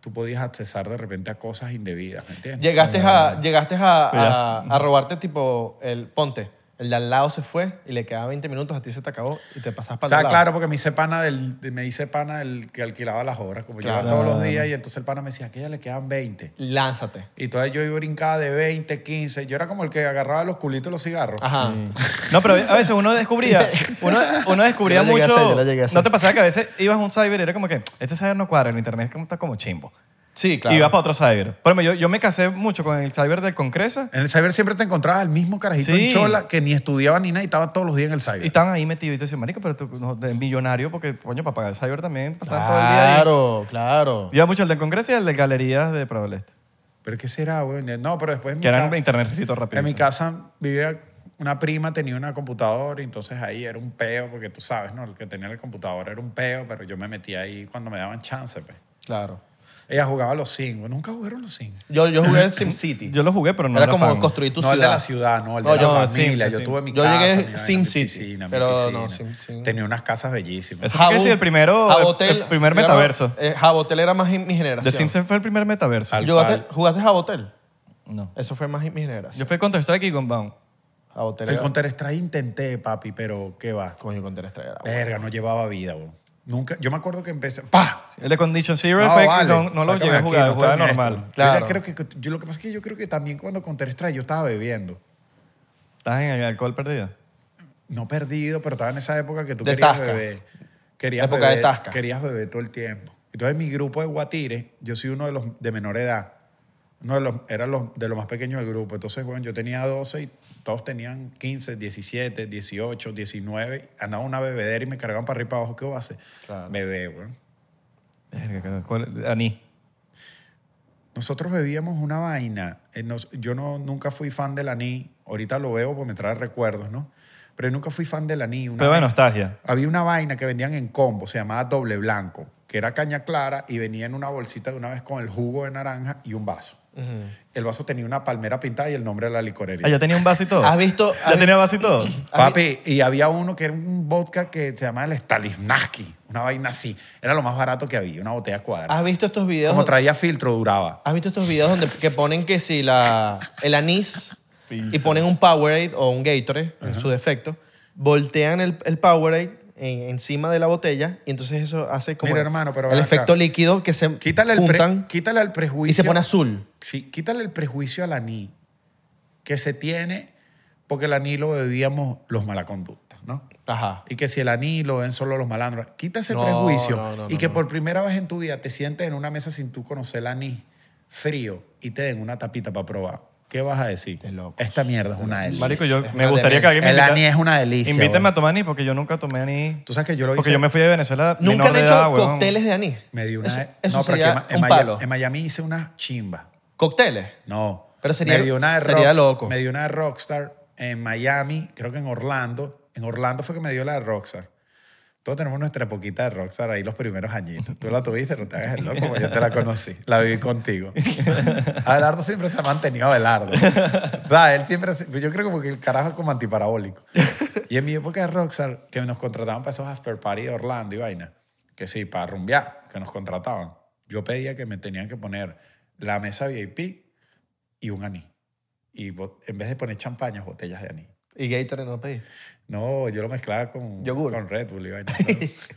A: tú podías accesar de repente a cosas indebidas, ¿me entiendes?
B: Llegaste, a, llegaste a, a- a robarte tipo el ponte. El de al lado se fue y le quedaba 20 minutos, a ti se te acabó y te pasas para
A: o sea,
B: el otro
A: claro, porque me hice pana del, de- me hice pana del que alquilaba las obras, como yo iba
B: Claro.
A: todos los días y entonces el pana me decía, aquí ya le quedan 20.
B: lado. Lánzate.
A: Y entonces yo iba brincada de 20, 15. Yo era como el que agarraba los culitos y los cigarros.
B: Ajá.
C: No, pero a veces uno descubría, uno, uno descubría
B: Yo la llegué a
C: mucho.
B: hacer, yo la llegué a hacer.
C: no te pasaba que a veces ibas a un cyber y era como que este cyber no cuadra, el internet como- está como chimbo.
B: Sí, claro.
C: Y ibas para otro cyber. Por ejemplo, yo, yo me casé mucho con el cyber del Concresa
A: En el cyber siempre te encontrabas el mismo carajito
C: Sí.
A: en chola que ni estudiaba ni nada y estaba todos los días en el cyber.
C: y estaban ahí metidos. Y tú dices, marico, pero tú no, de millonario porque, coño, para pagar el cyber también pasaban todo el día ahí.
B: Claro, claro.
C: Yo iba mucho al del Congreso y al de Galerías de Prado del Este.
A: ¿Pero qué será, güey? No, pero después en mi,
C: Que eran
A: ca-
C: internetcitos rápidos.
A: en mi casa vivía una prima, tenía una computadora, y entonces ahí era un peo, porque tú sabes, ¿no? El que tenía la computadora era un peo, pero yo me metía ahí cuando me daban chance, pues.
B: Claro.
A: Ella jugaba a los cinco. Nunca jugaron los cinco.
B: Yo, yo jugué SimCity.
C: Yo lo jugué, pero no
B: Era
C: era
B: como
C: fan.
B: construir tu
A: No el de
B: ciudad.
A: la ciudad, no, el de
B: No,
A: la
C: yo-
A: familia.
C: sí, sí,
A: yo
C: sí.
A: tuve mi
B: Yo
A: casa.
B: llegué
A: mi vaina,
B: Sim
A: mi
B: City,
A: piscina, mi
B: pero no,
A: piscina.
B: Sim- Sim-
A: Tenía unas casas bellísimas.
C: Ese- que sí, el primero-
B: Jabotel-
C: el- el primer metaverso.
B: Eh, Jabotel era más mi
C: The
B: generación.
C: Simpsons fue el primer metaverso.
A: Al-
B: ¿Jugaste,
A: cual.
B: ¿Jugaste Jabotel?
C: No.
B: Eso fue más mi
C: Yo
B: generación.
C: fui Counter-Strike y Gunbound.
B: Jabotel
A: El
B: era...
A: Counter-Strike intenté, papi, pero ¿qué va?
B: Coño, Counter Strike era bueno.
A: Verga, no llevaba vida, bro. Nunca, yo me acuerdo que empecé, ¡pa!
C: El de Condition Zero fue que
A: Ah, vale,
C: no, no lo
A: sácame
C: llegué a
A: aquí,
C: jugar,
A: no
C: jugaba
A: estoy en
C: normal.
A: esto.
B: Claro.
A: Yo, ya creo que, yo lo que pasa es que yo creo que también cuando Counter Strike yo estaba bebiendo.
C: ¿Estás en el alcohol perdido?
A: No perdido, pero estaba en esa época que tú
B: De
A: querías
B: tasca.
A: beber. Querías
B: Época de
A: beber,
B: tasca.
A: Querías beber todo el tiempo. Entonces mi grupo de guatires, yo soy uno de los de menor edad. Uno de los, era los, de los más pequeños del grupo. Entonces, bueno, yo tenía 12 y todos tenían 15, 17, 18, 19. Andaba una bebedera y me cargaban para arriba y para abajo. ¿Qué vas a hacer?
B: Claro.
A: Bebé, güey.
C: Verga, creo- ¿cuál? Aní.
A: Nosotros bebíamos una vaina. eh, nos- yo no, nunca fui fan del aní. Ahorita lo veo porque me trae recuerdos, ¿no? Pero yo nunca fui fan del aní. Una
C: Pero de
A: vaina-
C: nostalgia.
A: Había una vaina que vendían en combo, se llamaba doble blanco, que era caña clara y venía en una bolsita de una vez con el jugo de naranja y un vaso. El vaso tenía una palmera pintada y el nombre de la licorería.
C: Ah, ya tenía un vaso y todo.
B: ¿Has visto-
C: ¿Ya
B: has
C: tenía vaso y todo?
A: Papi, y había uno que era un vodka que se llamaba el Staliznaski, una vaina así. Era lo más barato que había, una botella cuadrada.
B: ¿Has visto estos videos?
A: Como traía filtro, duraba.
B: ¿Has visto estos videos donde que ponen que si la, el anís y ponen un Powerade o un Gatorade, en su defecto, voltean el, el Powerade en- encima de la botella y entonces eso hace como
A: Mira,
B: el,
A: hermano, pero
B: el
A: ven acá.
B: efecto líquido que se
A: Quítale el, pre-
B: juntan
A: quítale el prejuicio.
B: y se pone azul.
A: Sí, quítale el prejuicio al aní que se tiene porque el aní lo bebíamos los malaconductas, ¿no?
B: Ajá.
A: y que si el anís lo ven solo los malandros. Quita ese
B: No,
A: prejuicio
B: no, no,
A: y
B: no,
A: que
B: no.
A: por primera vez en tu vida te sientes en una mesa sin tú conocer el anís frío y te den una tapita para probar. ¿Qué vas a decir?
B: De locos.
A: Esta mierda es una delicia.
C: Marico, yo
B: es
C: me
B: una
C: gustaría que alguien me
A: el
C: invitara-
A: anís es una delicia.
C: Invítame
A: weón.
C: a tomar anís porque yo nunca tomé anís.
A: Tú sabes que yo lo hice.
C: Porque yo me fui de Venezuela
B: Nunca
C: menor
B: han
C: de
B: hecho
C: edad, weón.
B: cócteles de anís.
A: Me di una.
B: Eso,
A: de-
B: eso
A: no, pero
B: sería
A: aquí en, Ma-
B: un
A: en Maya-
B: palo.
A: en Miami hice unas chimbas.
B: ¿Cócteles?
A: No.
B: Pero sería-
A: me dio una de
B: sería
A: Rocks-
B: loco.
A: Me dio una de Rockstar en Miami, creo que en Orlando. En Orlando fue que me dio la de Rockstar. Todos tenemos nuestra poquita de Rockstar ahí los primeros añitos. Tú la tuviste, no te hagas el loco, porque yo te la conocí. La viví contigo. Abelardo siempre se ha mantenido Abelardo. O sea, él siempre... se- Yo creo que porque el carajo es como antiparabólico. Y en mi época de Rockstar, que nos contrataban para esos after party de Orlando y vaina, que sí, para rumbear, que nos contrataban, yo pedía que me tenían que poner la mesa VIP y un anís. Y bo- en vez de poner champañas, botellas de anís.
B: Y Gatorade no pedí.
A: No, yo lo mezclaba con,
B: Yogur.
A: con Red Bull. y vaina, pero,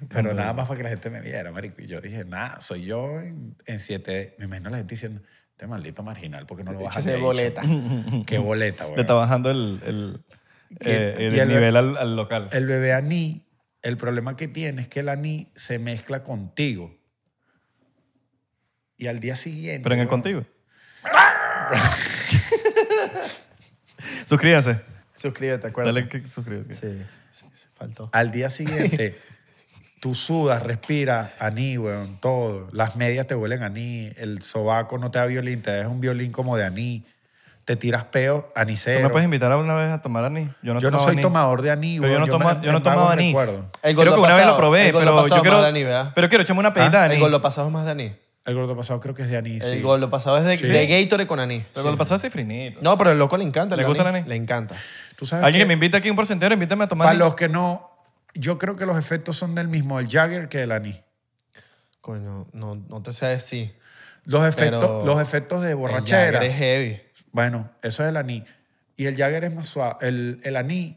A: pero nada más para que la gente me viera, marico. Y yo dije, nada, soy yo en, en siete. Me imagino la gente diciendo, este maldito marginal, porque no lo bajas
B: Ese
A: de
B: boleta.
A: hecho?". Qué boleta, güey.
C: Te está bajando el, el,
A: Que-
C: eh,
A: y
C: el
A: el- Eh,
C: nivel al, al local.
A: El bebé aní, el problema que tiene es que el aní se mezcla contigo. Y al día siguiente.
C: Pero en el
A: weón,
C: contigo. Suscríbanse.
B: Suscríbete, acuérdate.
C: Dale click, suscríbete.
B: Sí, sí, sí, faltó.
A: Al día siguiente, tú sudas, respiras, aní, weón, todo. Las medias te huelen a aní, el sobaco no te da violín, te deja un violín como de aní. Te tiras peo, anicero.
C: ¿Tú me puedes invitar alguna vez a tomar anís? Yo no,
A: Yo no
C: tomaba
A: soy
C: anís.
A: tomador de anís,
C: Pero yo
A: weón.
C: no,
A: Yo me-
C: toma- yo no
A: me
C: tomo
A: vago
C: anís.
A: recuerdo.
B: El
C: Creo
B: gordo
C: que una vez lo
B: pasado,
C: probé,
B: el gordo
C: pero yo
B: pasado
C: quiero,
B: más de anís, ¿verdad? Ah,
C: pero quiero echarme una pedita de
B: El
C: anís.
B: gol lo pasado es más de anís.
A: El gordo pasado creo que es de anís. sí.
B: El gol lo pasado es de,
A: Sí.
B: de Gatorade con anís.
C: Pero cuando pasó ese frinito.
B: No, pero el loco le encanta.
C: ¿Le gusta el anís?
B: Le encanta.
A: Tú sabes
C: Alguien que
A: que-
C: me invita aquí un porcentero, invítame a tomar.
A: Para
C: anís.
A: los que no, yo creo que los efectos son del mismo, el Jagger que el anís.
B: Coño, no, no te sé decir.
A: Los efectos,
B: Pero-
A: los efectos de
B: El
A: borrachera.
B: Jagger Es heavy.
A: Bueno, eso es el anís. Y el Jagger es más suave. El, el anís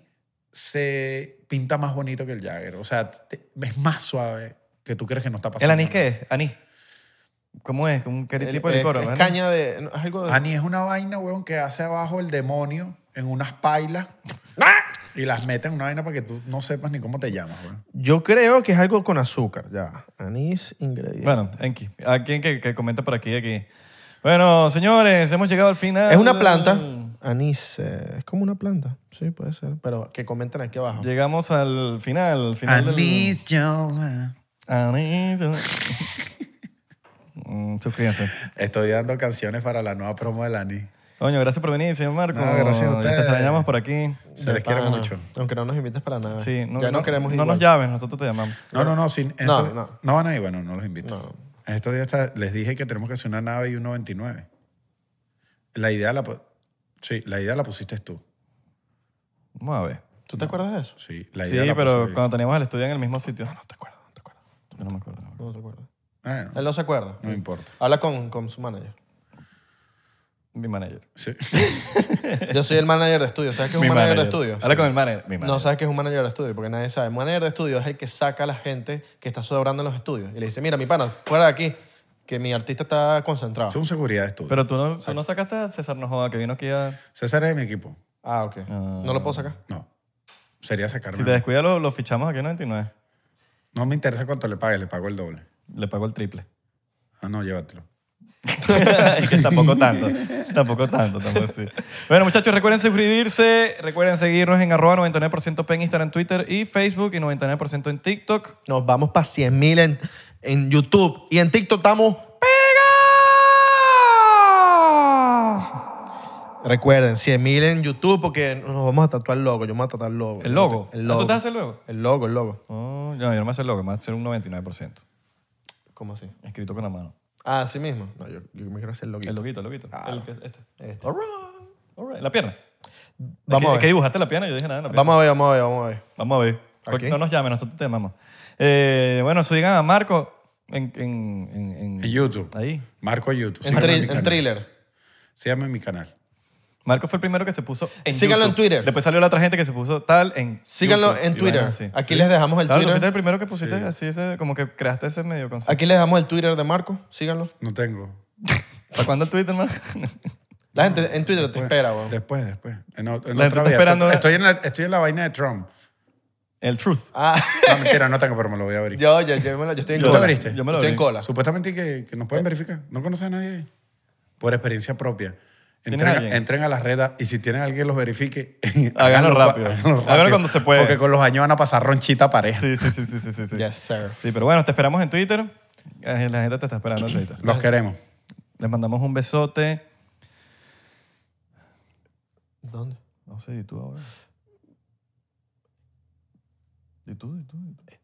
A: se pinta más bonito que el Jagger. O sea, te- es más suave que tú crees que no está pasando.
C: ¿El anís qué es? ¿Anís? ¿Cómo es? ¿Un qué
B: El-
C: tipo de
B: es-
C: licor?
B: Es,
C: ¿verdad?
B: caña de... no, es algo de-
A: Anís es una vaina, weón, que hace abajo el demonio en unas pailas y las mete en una vaina para que tú no sepas ni cómo te llamas, weón.
B: Yo creo que es algo con azúcar, ya. Anís, ingrediente.
C: Bueno, Enki, alguien que, que comenta por aquí, aquí. Bueno, señores, hemos llegado al final.
B: es una planta. Anís, eh, es como una planta. Sí, puede ser. Pero que comenten aquí abajo.
C: Llegamos al final. al final del-
A: Anís, yo. eh.
C: Anís. Mm, Suscríbanse.
A: Estoy dando canciones para la nueva promo del anís.
C: Coño, gracias por venir, señor Marco.
A: No, gracias a
C: Ya
A: ustedes.
C: Te extrañamos por aquí.
A: Se
B: De
A: les quiere
B: pana.
A: mucho.
B: Aunque no nos invites para nada.
C: Sí, no,
B: ya no,
C: no-
B: queremos
C: No nos
B: igual.
C: llames, nosotros te llamamos.
A: No, no, no. Sin, en
B: No,
A: estos-
B: no.
A: no van a ir, bueno, no los invito.
B: No.
A: En estos días está- les dije que tenemos que hacer una nave y un 99. La idea la, pu- sí, la, idea la pusiste tú.
C: Vamos a ver.
B: ¿Tú te acuerdas de eso?
A: Sí, la
C: Sí,
A: idea la
C: pero
A: puse yo.
C: cuando teníamos el estudio en el mismo sitio. No, no te acuerdas, no te acuerdas. No me acuerdo.
B: No te acuerdas.
A: Ah, no,
B: Él no se acuerda.
A: no me importa.
B: Habla con, con su manager.
C: Mi manager.
A: Sí.
B: Yo soy el manager de estudio. ¿Sabes qué es
C: Mi
B: un manager, de estudio?
C: Habla con el manager. Mi
B: No
C: manager.
B: sabes qué es un manager de estudio porque nadie sabe. Un manager de estudio es el que saca a la gente que está sobrando en los estudios y le dice, mira, mi pana, fuera de aquí, que mi artista está concentrado.
A: Son seguridad de tú.
C: Pero tú no, tú no sacaste a César Nojoda, que vino aquí a...
A: César es de mi equipo.
B: Ah, ok. No lo puedo sacar.
A: No. Sería sacarme.
C: Si te descuidas, lo, lo fichamos aquí en 99.
A: No me interesa cuánto le pague, le pago el doble.
C: Le pago el triple.
A: Ah, no, llévatelo.
C: es que tampoco tanto. Tampoco tanto, tampoco así. Bueno, muchachos, recuerden suscribirse. Recuerden seguirnos en arroba 99% en Instagram, Twitter y Facebook y 99% en TikTok.
B: Nos vamos para 100 mil en, en YouTube y en TikTok estamos... Recuerden, 100 mil en YouTube porque nos vamos a tatuar el logo. Yo me voy a tatuar el logo.
C: ¿El logo?
B: El logo.
C: ¿Ah, tú te vas a hacer el logo?
B: El logo, el logo.
C: Oh, no, yo no me hace el logo, me va a hacer un 99%.
B: ¿Cómo así?
C: Escrito con la mano.
B: Ah, así mismo. No, yo, yo me quiero hacer el loguito.
C: El loguito, el loguito.
B: Claro.
C: El que- este.
B: Este.
C: All right, all right. La pierna.
B: Vamos
C: es
B: a
C: que,
B: ver.
C: es que dibujaste la pierna y yo dije nada. la pierna.
B: Vamos a ver, vamos a ver, vamos a ver.
C: Vamos a ver.
B: Aquí.
C: No nos llamen, nosotros te llamamos. Eh, bueno, sigan a Marco en, en, en, en-
A: En YouTube.
C: Ahí.
A: Marco YouTube.
B: En,
A: Síganme
B: tri-
A: en mi
B: en
A: canal.
B: thriller.
A: Síganme en mi canal.
C: Marco fue el primero que se puso en
B: Síganlo en
C: YouTube.
B: Twitter.
C: Después salió la otra gente que se puso tal en
B: Síganlo
C: YouTube.
B: en
C: Y
B: Twitter.
C: vaina así.
B: Aquí les dejamos el
C: Claro, tú
B: Twitter.
C: fuiste el primero que pusiste así, ese- como que creaste ese medio concepto.
B: Aquí les damos el Twitter de Marco. Síganlo.
A: No tengo.
C: ¿Para cuándo el Twitter, Marco?
B: La gente en Twitter Pues, te espera, weón.
A: Después, después. En, o- en
C: La
A: otra
C: gente está
A: vida.
C: esperando-
A: Estoy, en la, estoy en la vaina de Trump.
C: el Truth.
B: Ah,
A: No, mentira, no tengo, pero me lo voy a abrir.
B: yo, yo, yo, me lo- yo estoy en
A: Yo
B: cola.
A: te abriste.
C: Yo me lo
B: estoy
C: abrí.
B: en cola.
A: Supuestamente que, que nos
C: Eh.
A: pueden verificar. No conoce a nadie ahí. Por experiencia propia.
C: ¿Tienes
A: Entren,
C: alguien?
A: entren a las redes y si tienen alguien que los verifique,
C: rápido. Háganlo cuando se puede.
A: Porque con los años van a pasar ronchita pareja.
C: Sí, sí, sí, sí, sí, sí, sí.
B: Yes, sir.
C: Sí, pero bueno, te esperamos en Twitter. Eh, La gente te está esperando en Twitter.
A: Los queremos.
C: Les mandamos un besote.
B: ¿Dónde?
C: No sé, ¿y tú ahora? ¿Y tú? ¿Y tú? ¿Y tú?